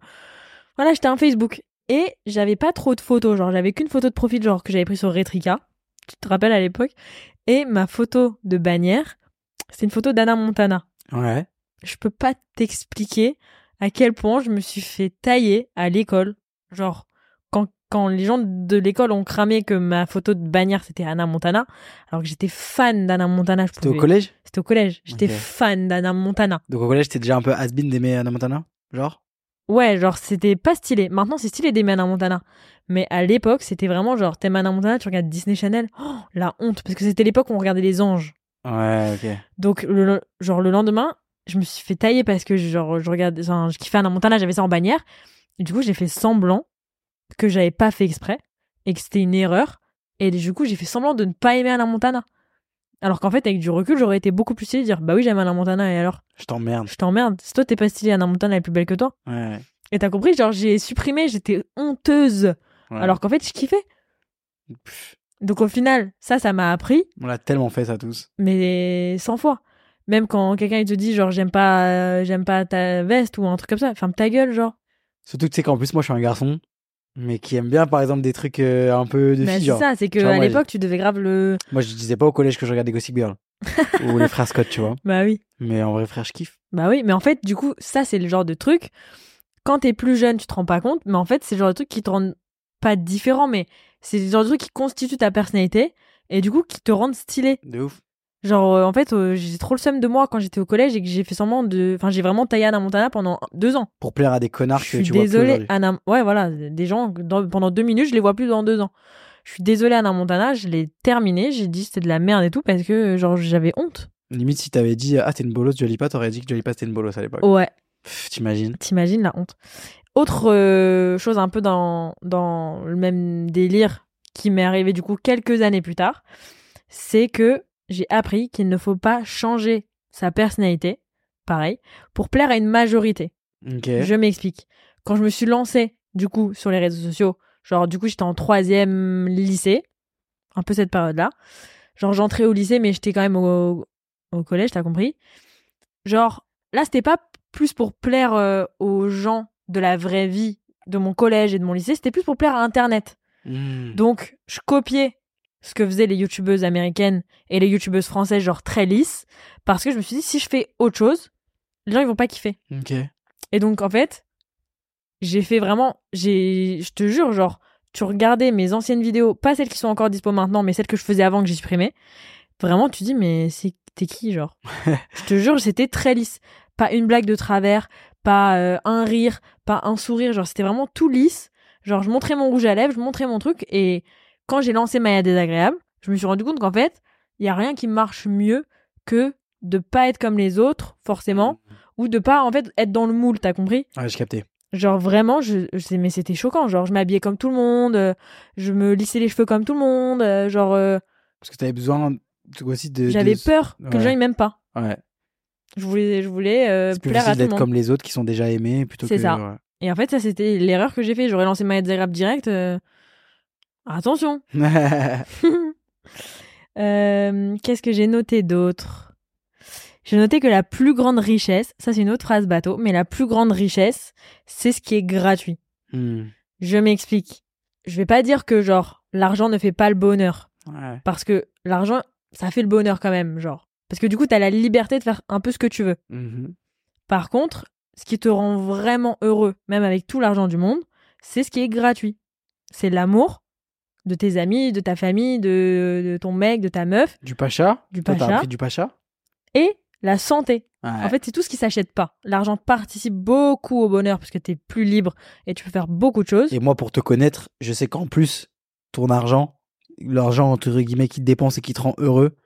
[SPEAKER 1] Voilà, j'étais un Facebook. Et j'avais pas trop de photos, genre j'avais qu'une photo de profil, genre que j'avais pris sur Retrica. Tu te rappelles à l'époque Et ma photo de bannière, c'est une photo d'Anna Montana.
[SPEAKER 2] Ouais.
[SPEAKER 1] Je peux pas t'expliquer à quel point je me suis fait tailler à l'école. Genre, quand, quand les gens de l'école ont cramé que ma photo de bannière c'était Anna Montana, alors que j'étais fan d'Anna Montana. je
[SPEAKER 2] T'es au
[SPEAKER 1] pouvais-
[SPEAKER 2] collège
[SPEAKER 1] C'était au collège. J'étais
[SPEAKER 2] Ok.
[SPEAKER 1] fan d'Anna Montana.
[SPEAKER 2] Donc au collège, t'es déjà un peu has-been d'aimer Anna Montana Genre
[SPEAKER 1] Ouais, genre c'était pas stylé. Maintenant c'est stylé d'aimer Anna Montana. Mais à l'époque c'était vraiment genre t'aimes Anna Montana, tu regardes Disney Channel. Oh, la honte parce que c'était l'époque où on regardait les anges.
[SPEAKER 2] Ouais, ok.
[SPEAKER 1] Donc le, le- genre le lendemain, je me suis fait tailler parce que genre je regarde, enfin, je kiffais Anna Montana, j'avais ça en bannière. Et du coup j'ai fait semblant que j'avais pas fait exprès et que c'était une erreur. Et du coup j'ai fait semblant de ne pas aimer Anna Montana. Alors qu'en fait avec du recul j'aurais été beaucoup plus stylé de dire bah oui j'aime Anna Montana et alors
[SPEAKER 2] Je t'emmerde.
[SPEAKER 1] je t'emmerde. Si toi t'es pas stylé Anna Montana elle est plus belle que toi.
[SPEAKER 2] Ouais.
[SPEAKER 1] Et t'as compris, genre j'ai supprimé, j'étais honteuse,
[SPEAKER 2] ouais.
[SPEAKER 1] alors qu'en fait je kiffais.
[SPEAKER 2] Pff,
[SPEAKER 1] Donc au final, ça, ça m'a appris,
[SPEAKER 2] on l'a tellement fait ça tous.
[SPEAKER 1] mais 100 fois. Même quand quelqu'un il te dit genre j'aime pas, euh, j'aime pas ta veste ou un truc comme ça, ferme ta gueule genre.
[SPEAKER 2] Surtout que tu sais qu'en plus, moi, je suis un garçon, mais qui aime bien, par exemple, des trucs euh, un peu de
[SPEAKER 1] Mais Bah,
[SPEAKER 2] filles.
[SPEAKER 1] c'est
[SPEAKER 2] genre.
[SPEAKER 1] ça, c'est que
[SPEAKER 2] Tu vois,
[SPEAKER 1] à
[SPEAKER 2] moi,
[SPEAKER 1] l'époque tu devais grave le.
[SPEAKER 2] Moi, je disais pas au collège que je regardais Gossip Girl ou les frères Scott, tu vois.
[SPEAKER 1] Bah oui,
[SPEAKER 2] Mais en vrai, frère, je kiffe.
[SPEAKER 1] bah oui, mais en fait du coup ça c'est le genre de truc. Quand t'es plus jeune tu te rends pas compte, mais en fait c'est le genre de truc qui te rend pas différent, mais c'est le genre de truc qui constitue ta personnalité et du coup qui te rendent stylé.
[SPEAKER 2] De ouf.
[SPEAKER 1] Genre, euh, en fait, euh, j'ai trop le seum de moi quand j'étais au collège et que j'ai fait semblant de. Enfin, j'ai vraiment taillé Anna Montana pendant deux ans.
[SPEAKER 2] Pour plaire à des connards
[SPEAKER 1] je
[SPEAKER 2] que
[SPEAKER 1] suis
[SPEAKER 2] tu vois plus
[SPEAKER 1] désolée,
[SPEAKER 2] aujourd'hui.
[SPEAKER 1] Anna. Ouais, voilà, des gens, que dans- pendant deux minutes, je les vois plus dans deux ans. Je suis désolée, Anna Montana, je l'ai terminée, j'ai dit c'était de la merde et tout parce que, genre, j'avais honte.
[SPEAKER 2] Limite, si t'avais dit Ah, t'es une bolosse, Jolipa, t'aurais dit que Jolipa, c'était une bolosse à l'époque.
[SPEAKER 1] Ouais,
[SPEAKER 2] Pff, T'imagines
[SPEAKER 1] t'imagines la honte. Autre euh, chose un peu dans, dans le même délire qui m'est arrivé du coup quelques années plus tard, c'est que j'ai appris qu'il ne faut pas changer sa personnalité, pareil, pour plaire à une majorité.
[SPEAKER 2] Ok.
[SPEAKER 1] Je m'explique. Quand je me suis lancée, du coup, sur les réseaux sociaux, genre, du coup, j'étais en troisième lycée, un peu cette période-là. Genre, j'entrais au lycée, mais j'étais quand même au, au collège, t'as compris. Genre, là, c'était pas plus pour plaire euh, aux gens de la vraie vie de mon collège et de mon lycée, c'était plus pour plaire à Internet.
[SPEAKER 2] Hmm.
[SPEAKER 1] Donc, je copiais ce que faisaient les youtubeuses américaines et les youtubeuses françaises, genre très lisses, parce que je me suis dit, si je fais autre chose, les gens, ils vont pas kiffer.
[SPEAKER 2] Ok.
[SPEAKER 1] Et donc, en fait, j'ai fait vraiment. j'ai Je te jure, genre, tu regardais mes anciennes vidéos, pas celles qui sont encore dispo maintenant, mais celles que je faisais avant que j'ai supprimées. Vraiment, tu dis, mais c'est t'es qui, genre Je te jure, c'était très lisse. Pas une blague de travers, pas euh, un rire, pas un sourire. Genre, c'était vraiment tout lisse. Genre, je montrais mon rouge à lèvres, je montrais mon truc. Et quand j'ai lancé Maya Désagréable, je me suis rendu compte qu'en fait, il y a rien qui marche mieux que de pas être comme les autres, forcément, ou de pas en fait être dans le moule, t'as compris
[SPEAKER 2] Ouais, j'ai capté.
[SPEAKER 1] Genre vraiment, je, je sais- mais c'était choquant. Genre je m'habillais comme tout le monde, euh, je me lissais les cheveux comme tout le monde, euh, genre euh,
[SPEAKER 2] Parce que t'avais besoin de- aussi de.
[SPEAKER 1] j'avais
[SPEAKER 2] de-
[SPEAKER 1] peur que les gens
[SPEAKER 2] ouais.
[SPEAKER 1] ils m'aiment pas.
[SPEAKER 2] Ouais.
[SPEAKER 1] Je voulais, je voulais euh,
[SPEAKER 2] C'est plus
[SPEAKER 1] plaire à
[SPEAKER 2] facile
[SPEAKER 1] tout le
[SPEAKER 2] d'être
[SPEAKER 1] monde.
[SPEAKER 2] comme les autres qui sont déjà aimés plutôt que.
[SPEAKER 1] C'est ça.
[SPEAKER 2] ouais.
[SPEAKER 1] Et en fait ça c'était l'erreur que j'ai fait. J'aurais lancé ma Rap direct. euh, Attention. Euh, Qu'est-ce que j'ai noté d'autre J'ai noté que la plus grande richesse, ça c'est une autre phrase bateau, mais la plus grande richesse, c'est ce qui est gratuit.
[SPEAKER 2] Hmm.
[SPEAKER 1] Je m'explique. Je vais pas dire que genre l'argent ne fait pas le bonheur
[SPEAKER 2] Ouais.
[SPEAKER 1] parce que l'argent ça fait le bonheur quand même, genre parce que du coup t'as la liberté de faire un peu ce que tu veux.
[SPEAKER 2] Mhm.
[SPEAKER 1] Par contre, ce qui te rend vraiment heureux, même avec tout l'argent du monde, c'est ce qui est gratuit. C'est l'amour de tes amis, de ta famille, de, de ton mec, de ta meuf,
[SPEAKER 2] Du pacha
[SPEAKER 1] du
[SPEAKER 2] Toi, t'as
[SPEAKER 1] pacha
[SPEAKER 2] appris du pacha
[SPEAKER 1] et la santé.
[SPEAKER 2] Ouais.
[SPEAKER 1] En fait, c'est tout ce qui s'achète pas. L'argent participe beaucoup au bonheur parce que tu es plus libre et tu peux faire beaucoup de choses.
[SPEAKER 2] Et moi, pour te connaître, je sais qu'en plus, ton argent, l'argent entre guillemets qui te dépense et qui te rend heureux,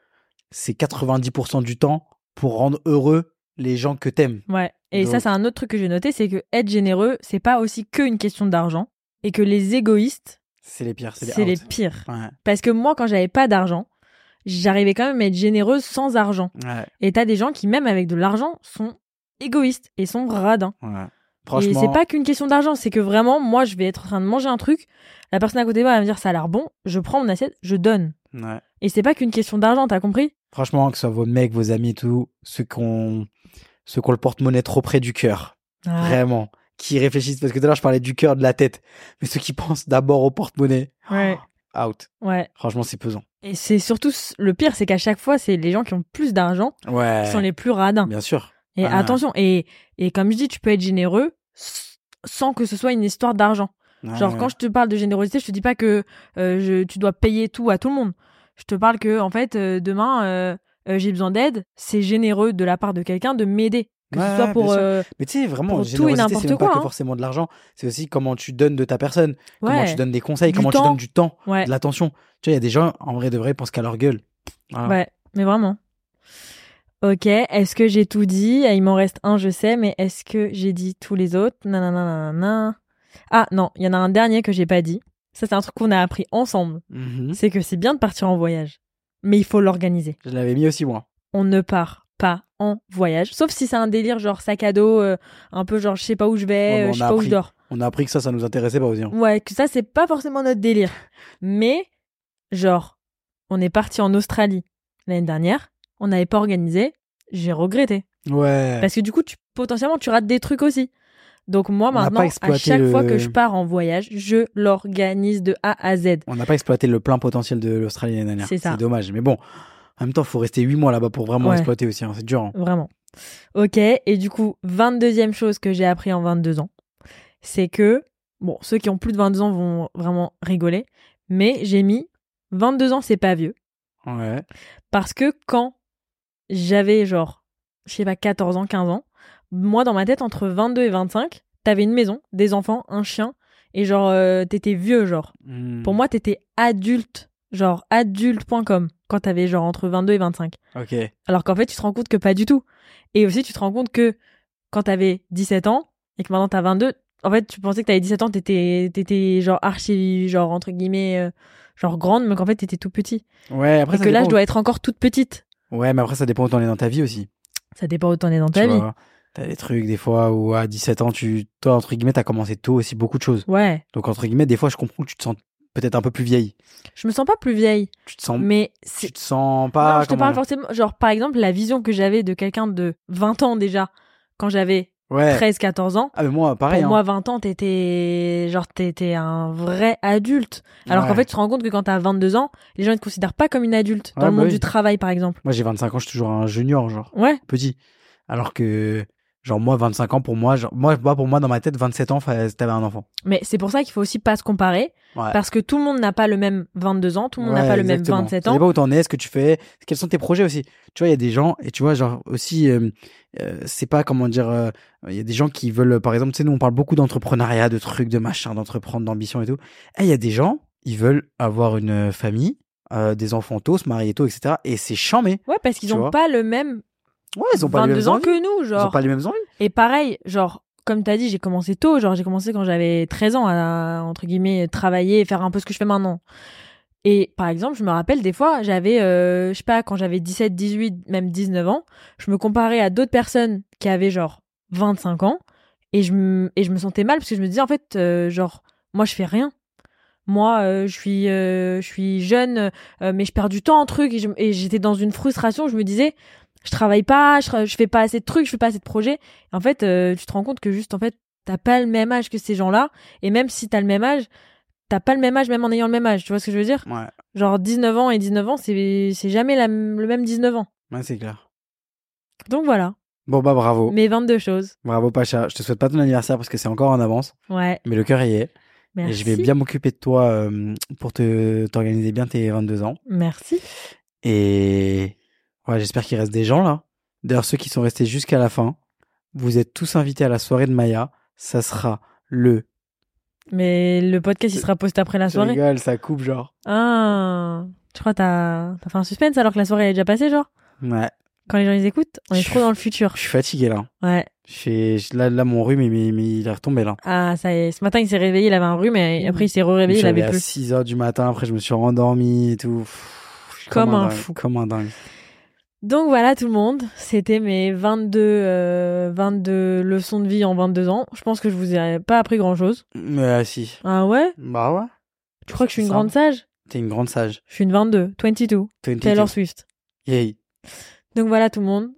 [SPEAKER 2] c'est 90% du temps pour rendre heureux les gens que t'aimes.
[SPEAKER 1] Ouais. Et ça,
[SPEAKER 2] Donc-
[SPEAKER 1] c'est un autre truc que j'ai noté, c'est que être généreux, c'est pas aussi qu'une question d'argent et que les égoïstes,
[SPEAKER 2] C'est les pires. C'est les,
[SPEAKER 1] c'est les
[SPEAKER 2] out.
[SPEAKER 1] pires.
[SPEAKER 2] Ouais.
[SPEAKER 1] Parce que moi, quand j'avais pas d'argent, j'arrivais quand même à être généreuse sans argent.
[SPEAKER 2] Ouais.
[SPEAKER 1] Et t'as des gens qui, même avec de l'argent, sont égoïstes et sont radins.
[SPEAKER 2] ouais.
[SPEAKER 1] Et
[SPEAKER 2] Franchement,
[SPEAKER 1] c'est pas qu'une question d'argent, c'est que vraiment, moi, je vais être en train de manger un truc, la personne à côté de moi va me dire ça a l'air bon, je prends mon assiette, je donne.
[SPEAKER 2] ouais.
[SPEAKER 1] Et c'est pas qu'une question d'argent, t'as compris
[SPEAKER 2] franchement, que ce soit vos mecs, vos amis et tout, ceux qui ont, ceux qui ont le porte-monnaie trop près du cœur, vraiment, qui réfléchissent, parce que tout à l'heure, je parlais du cœur, de la tête, mais ceux qui pensent d'abord au porte-monnaie,
[SPEAKER 1] Ah. Ouais.
[SPEAKER 2] out.
[SPEAKER 1] Ouais.
[SPEAKER 2] Franchement, c'est pesant.
[SPEAKER 1] Et c'est surtout s- le pire, c'est qu'à chaque fois, c'est les gens qui ont plus d'argent
[SPEAKER 2] Ouais.
[SPEAKER 1] qui sont les plus radins.
[SPEAKER 2] Bien sûr.
[SPEAKER 1] Et
[SPEAKER 2] Ah.
[SPEAKER 1] attention, et, et comme je dis, tu peux être généreux s- sans que ce soit une histoire d'argent. Genre,
[SPEAKER 2] Ah Ouais.
[SPEAKER 1] quand je te parle de générosité, je te dis pas que euh, je- tu dois payer tout à tout le monde. Je te parle que, en fait, euh, demain, euh, euh, j'ai besoin d'aide. C'est généreux de la part de quelqu'un de m'aider. Que
[SPEAKER 2] Ouais,
[SPEAKER 1] ce soit
[SPEAKER 2] bien
[SPEAKER 1] pour.
[SPEAKER 2] sûr.
[SPEAKER 1] euh,
[SPEAKER 2] Mais tu sais, vraiment,
[SPEAKER 1] Pour tout et
[SPEAKER 2] générosité,
[SPEAKER 1] n'importe
[SPEAKER 2] c'est même pas
[SPEAKER 1] quoi,
[SPEAKER 2] que
[SPEAKER 1] hein.
[SPEAKER 2] forcément de l'argent. C'est aussi comment tu donnes de ta personne, comment
[SPEAKER 1] ouais.
[SPEAKER 2] tu donnes des conseils,
[SPEAKER 1] Du
[SPEAKER 2] comment
[SPEAKER 1] temps.
[SPEAKER 2] tu donnes du temps,
[SPEAKER 1] ouais.
[SPEAKER 2] de l'attention. Tu vois, il y a des gens, en vrai de vrai, ils pensent qu'à leur gueule. Voilà.
[SPEAKER 1] Ouais, mais vraiment. Ok, est-ce que j'ai tout dit Ah, Il m'en reste un, je sais, mais est-ce que j'ai dit tous les autres Nanana, nanana. Ah non, il y en a un dernier que j'ai pas dit. Ça, c'est un truc qu'on a appris ensemble.
[SPEAKER 2] Mhm.
[SPEAKER 1] C'est que c'est bien de partir en voyage, mais il faut l'organiser.
[SPEAKER 2] Je l'avais mis aussi, moi.
[SPEAKER 1] On ne part pas en voyage, sauf si c'est un délire genre sac à dos, euh, un peu genre je sais pas où je
[SPEAKER 2] Ouais,
[SPEAKER 1] vais,
[SPEAKER 2] mais
[SPEAKER 1] euh,
[SPEAKER 2] on
[SPEAKER 1] je sais
[SPEAKER 2] a
[SPEAKER 1] pas où je
[SPEAKER 2] appris.
[SPEAKER 1] dors.
[SPEAKER 2] On a appris que ça, ça nous intéressait pas aussi. hein.
[SPEAKER 1] Ouais, que ça, c'est pas forcément notre délire. Mais, genre, on est parti en Australie l'année dernière, on n'avait pas organisé, j'ai regretté.
[SPEAKER 2] Ouais.
[SPEAKER 1] Parce que du coup, tu, potentiellement, tu rates des trucs aussi. Donc moi,
[SPEAKER 2] On n'a pas
[SPEAKER 1] maintenant, à
[SPEAKER 2] exploité
[SPEAKER 1] chaque
[SPEAKER 2] le-
[SPEAKER 1] fois que je pars en voyage, je l'organise de A à Z.
[SPEAKER 2] On n'a pas exploité le plein potentiel de l'Australie l'année dernière.
[SPEAKER 1] C'est ça.
[SPEAKER 2] C'est dommage. Mais bon, en même temps, faut rester 8 mois là-bas pour vraiment
[SPEAKER 1] Ouais.
[SPEAKER 2] exploiter aussi. hein. C'est dur. hein.
[SPEAKER 1] Vraiment. Ok, et du coup, 22e chose que j'ai appris en 22 ans, c'est que, bon, ceux qui ont plus de 22 ans vont vraiment rigoler, mais j'ai mis 22 ans, c'est pas vieux.
[SPEAKER 2] Ouais.
[SPEAKER 1] Parce que quand j'avais genre, je sais pas, 14 ans, 15 ans, moi dans ma tête, entre 22 et 25, t'avais une maison, des enfants, un chien, et genre, euh, t'étais vieux, genre.
[SPEAKER 2] Mhm.
[SPEAKER 1] Pour moi, t'étais adulte, genre adulte.com, quand t'avais genre entre 22 et 25.
[SPEAKER 2] Mm. Ok.
[SPEAKER 1] Alors qu'en fait, tu te rends compte que pas du tout. Et aussi, tu te rends compte que quand t'avais 17 ans, et que maintenant t'as 22, en fait, tu pensais que t'avais 17 ans, t'étais, t'étais genre archi, genre entre guillemets, euh, genre grande, mais qu'en fait, t'étais tout petit.
[SPEAKER 2] Ouais, après,
[SPEAKER 1] et
[SPEAKER 2] ça
[SPEAKER 1] que là,
[SPEAKER 2] dépend
[SPEAKER 1] je
[SPEAKER 2] où-
[SPEAKER 1] dois être encore toute petite.
[SPEAKER 2] Ouais, mais après, ça dépend où t'en es dans ta vie aussi.
[SPEAKER 1] Ça dépend où t'en es dans ta
[SPEAKER 2] tu
[SPEAKER 1] vie.
[SPEAKER 2] vois. T'as des trucs, des fois, où à 17 ans, tu, toi, entre guillemets, t'as commencé tôt aussi beaucoup de choses.
[SPEAKER 1] Ouais.
[SPEAKER 2] Donc, entre guillemets, des fois, je comprends que tu te sens peut-être un peu plus vieille.
[SPEAKER 1] Je me sens pas plus vieille,
[SPEAKER 2] Tu te sens,
[SPEAKER 1] mais
[SPEAKER 2] tu
[SPEAKER 1] c'est.
[SPEAKER 2] te sens pas.
[SPEAKER 1] non, je te
[SPEAKER 2] comment
[SPEAKER 1] parle
[SPEAKER 2] dire
[SPEAKER 1] forcément. Genre, par exemple, la vision que j'avais de quelqu'un de 20 ans déjà, quand j'avais
[SPEAKER 2] Ouais.
[SPEAKER 1] 13-14 ans.
[SPEAKER 2] Ah, mais moi, pareil.
[SPEAKER 1] pour
[SPEAKER 2] hein.
[SPEAKER 1] moi, 20 ans, t'étais. Genre, t'étais un vrai adulte. Alors
[SPEAKER 2] Ouais.
[SPEAKER 1] qu'en fait, tu te rends compte que quand t'as 22 ans, les gens ne te considèrent pas comme une adulte. Dans
[SPEAKER 2] Ouais,
[SPEAKER 1] le
[SPEAKER 2] bah
[SPEAKER 1] monde
[SPEAKER 2] oui.
[SPEAKER 1] du travail, par exemple.
[SPEAKER 2] Moi, j'ai 25 ans, je suis toujours un junior, genre,
[SPEAKER 1] Ouais.
[SPEAKER 2] petit. Alors que, genre, moi, 25 ans, pour moi, genre, moi, moi, pour moi, dans ma tête, 27 ans, fallait- t'avais un enfant.
[SPEAKER 1] Mais c'est pour ça qu'il faut aussi pas se comparer.
[SPEAKER 2] Ouais.
[SPEAKER 1] Parce que tout le monde n'a pas le même 22 ans, tout le monde n'a
[SPEAKER 2] Ouais,
[SPEAKER 1] pas le
[SPEAKER 2] exactement.
[SPEAKER 1] même 27
[SPEAKER 2] Ça
[SPEAKER 1] ans.
[SPEAKER 2] dépend où t'en es, ce que tu fais, quels sont tes projets aussi. Tu vois, il y a des gens, et tu vois, genre aussi, euh, euh, c'est pas comment dire, euh, il y a des gens qui veulent, par exemple, tu sais, nous on parle beaucoup d'entrepreneuriat, de trucs, de machin, d'entreprendre, d'ambition et tout. Et il y a des gens, ils veulent avoir une famille, euh, des enfants tôt, se marier tôt, etc. Et c'est chamé.
[SPEAKER 1] Ouais, parce qu'ils
[SPEAKER 2] Tu
[SPEAKER 1] ont
[SPEAKER 2] vois.
[SPEAKER 1] pas le même
[SPEAKER 2] Ouais, ils ont pas les
[SPEAKER 1] 22
[SPEAKER 2] mêmes
[SPEAKER 1] ans
[SPEAKER 2] envies.
[SPEAKER 1] que nous,
[SPEAKER 2] Ils ont
[SPEAKER 1] genre.
[SPEAKER 2] pas les mêmes envies.
[SPEAKER 1] Et pareil, genre, comme t'as dit, j'ai commencé tôt. Genre, j'ai commencé quand j'avais 13 ans à, entre guillemets, travailler et faire un peu ce que je fais maintenant. Et par exemple, je me rappelle des fois, j'avais, euh, je sais pas, quand j'avais 17, 18, même 19 ans, je me comparais à d'autres personnes qui avaient genre 25 ans et je, me- et je me sentais mal parce que je me disais en fait, euh, genre, moi je fais rien. Moi, euh, je suis, euh, je suis jeune, euh, mais je perds du temps en truc et je- et j'étais dans une frustration. Je me disais, je travaille pas, je, tra- je fais pas assez de trucs, je fais pas assez de projets. En fait, euh, tu te rends compte que juste en fait, t'as pas le même âge que ces gens-là et même si t'as le même âge, t'as pas le même âge même en ayant le même âge. Tu vois ce que je veux dire
[SPEAKER 2] Ouais,
[SPEAKER 1] Genre 19 ans et 19 ans, c'est c'est jamais la m- le même 19 ans.
[SPEAKER 2] ouais c'est clair.
[SPEAKER 1] Donc voilà,
[SPEAKER 2] Bon, bah bravo.
[SPEAKER 1] mes 22 choses.
[SPEAKER 2] Bravo, Pacha. Je te souhaite pas ton anniversaire parce que c'est encore en avance,
[SPEAKER 1] Ouais.
[SPEAKER 2] mais le cœur y est. Et
[SPEAKER 1] Merci.
[SPEAKER 2] je vais bien m'occuper de toi euh, pour te t'organiser bien tes 22 ans.
[SPEAKER 1] Merci.
[SPEAKER 2] Et ouais, j'espère qu'il reste des gens là. D'ailleurs, ceux qui sont restés jusqu'à la fin, vous êtes tous invités à la soirée de Maya. Ça sera le.
[SPEAKER 1] Mais le podcast, il sera posté après la
[SPEAKER 2] Je
[SPEAKER 1] soirée.
[SPEAKER 2] rigole, ça coupe genre.
[SPEAKER 1] Ah, tu crois que t'as t'as fait un suspense alors que la soirée elle est déjà passée, genre
[SPEAKER 2] Ouais,
[SPEAKER 1] Quand les gens les écoutent, on est
[SPEAKER 2] Je-
[SPEAKER 1] trop dans le futur.
[SPEAKER 2] je suis fatigué là.
[SPEAKER 1] Ouais.
[SPEAKER 2] Je fais- je- là, là, mon rhume, il, m'est- mais il est retombé là.
[SPEAKER 1] Ah, ça y est. Ce matin, il s'est réveillé, il avait un rhume, et après, il s'est réveillé, Ah il
[SPEAKER 2] Je me suis
[SPEAKER 1] avait
[SPEAKER 2] réveillé à
[SPEAKER 1] plus.
[SPEAKER 2] 6 heures du matin, après je me suis rendormi et tout. Pff, je suis
[SPEAKER 1] Comme un
[SPEAKER 2] dingue,
[SPEAKER 1] fou.
[SPEAKER 2] Comme un dingue.
[SPEAKER 1] Donc voilà, tout le monde. C'était mes 22, euh, 22 leçons de vie en 22 ans. Je pense que je vous ai pas appris grand chose.
[SPEAKER 2] Mais ah, si.
[SPEAKER 1] Ah ouais
[SPEAKER 2] Bah ouais.
[SPEAKER 1] Tu crois que je suis une
[SPEAKER 2] Ça.
[SPEAKER 1] grande sage
[SPEAKER 2] T'es une grande sage.
[SPEAKER 1] Je suis une 22, 22,
[SPEAKER 2] 22.
[SPEAKER 1] Taylor Swift.
[SPEAKER 2] Yay.
[SPEAKER 1] Donc voilà, tout le monde.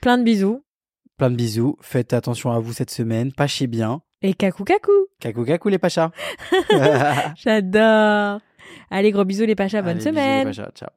[SPEAKER 1] Plein de bisous.
[SPEAKER 2] Plein de bisous. Faites attention à vous cette semaine. Pâchez bien.
[SPEAKER 1] Et kakou kakou
[SPEAKER 2] Kakou kakou les pachas.
[SPEAKER 1] J'adore Allez, gros bisous les pachas, bonne
[SPEAKER 2] Ah. Allez, bisous, les
[SPEAKER 1] semaine
[SPEAKER 2] pachas. Ciao.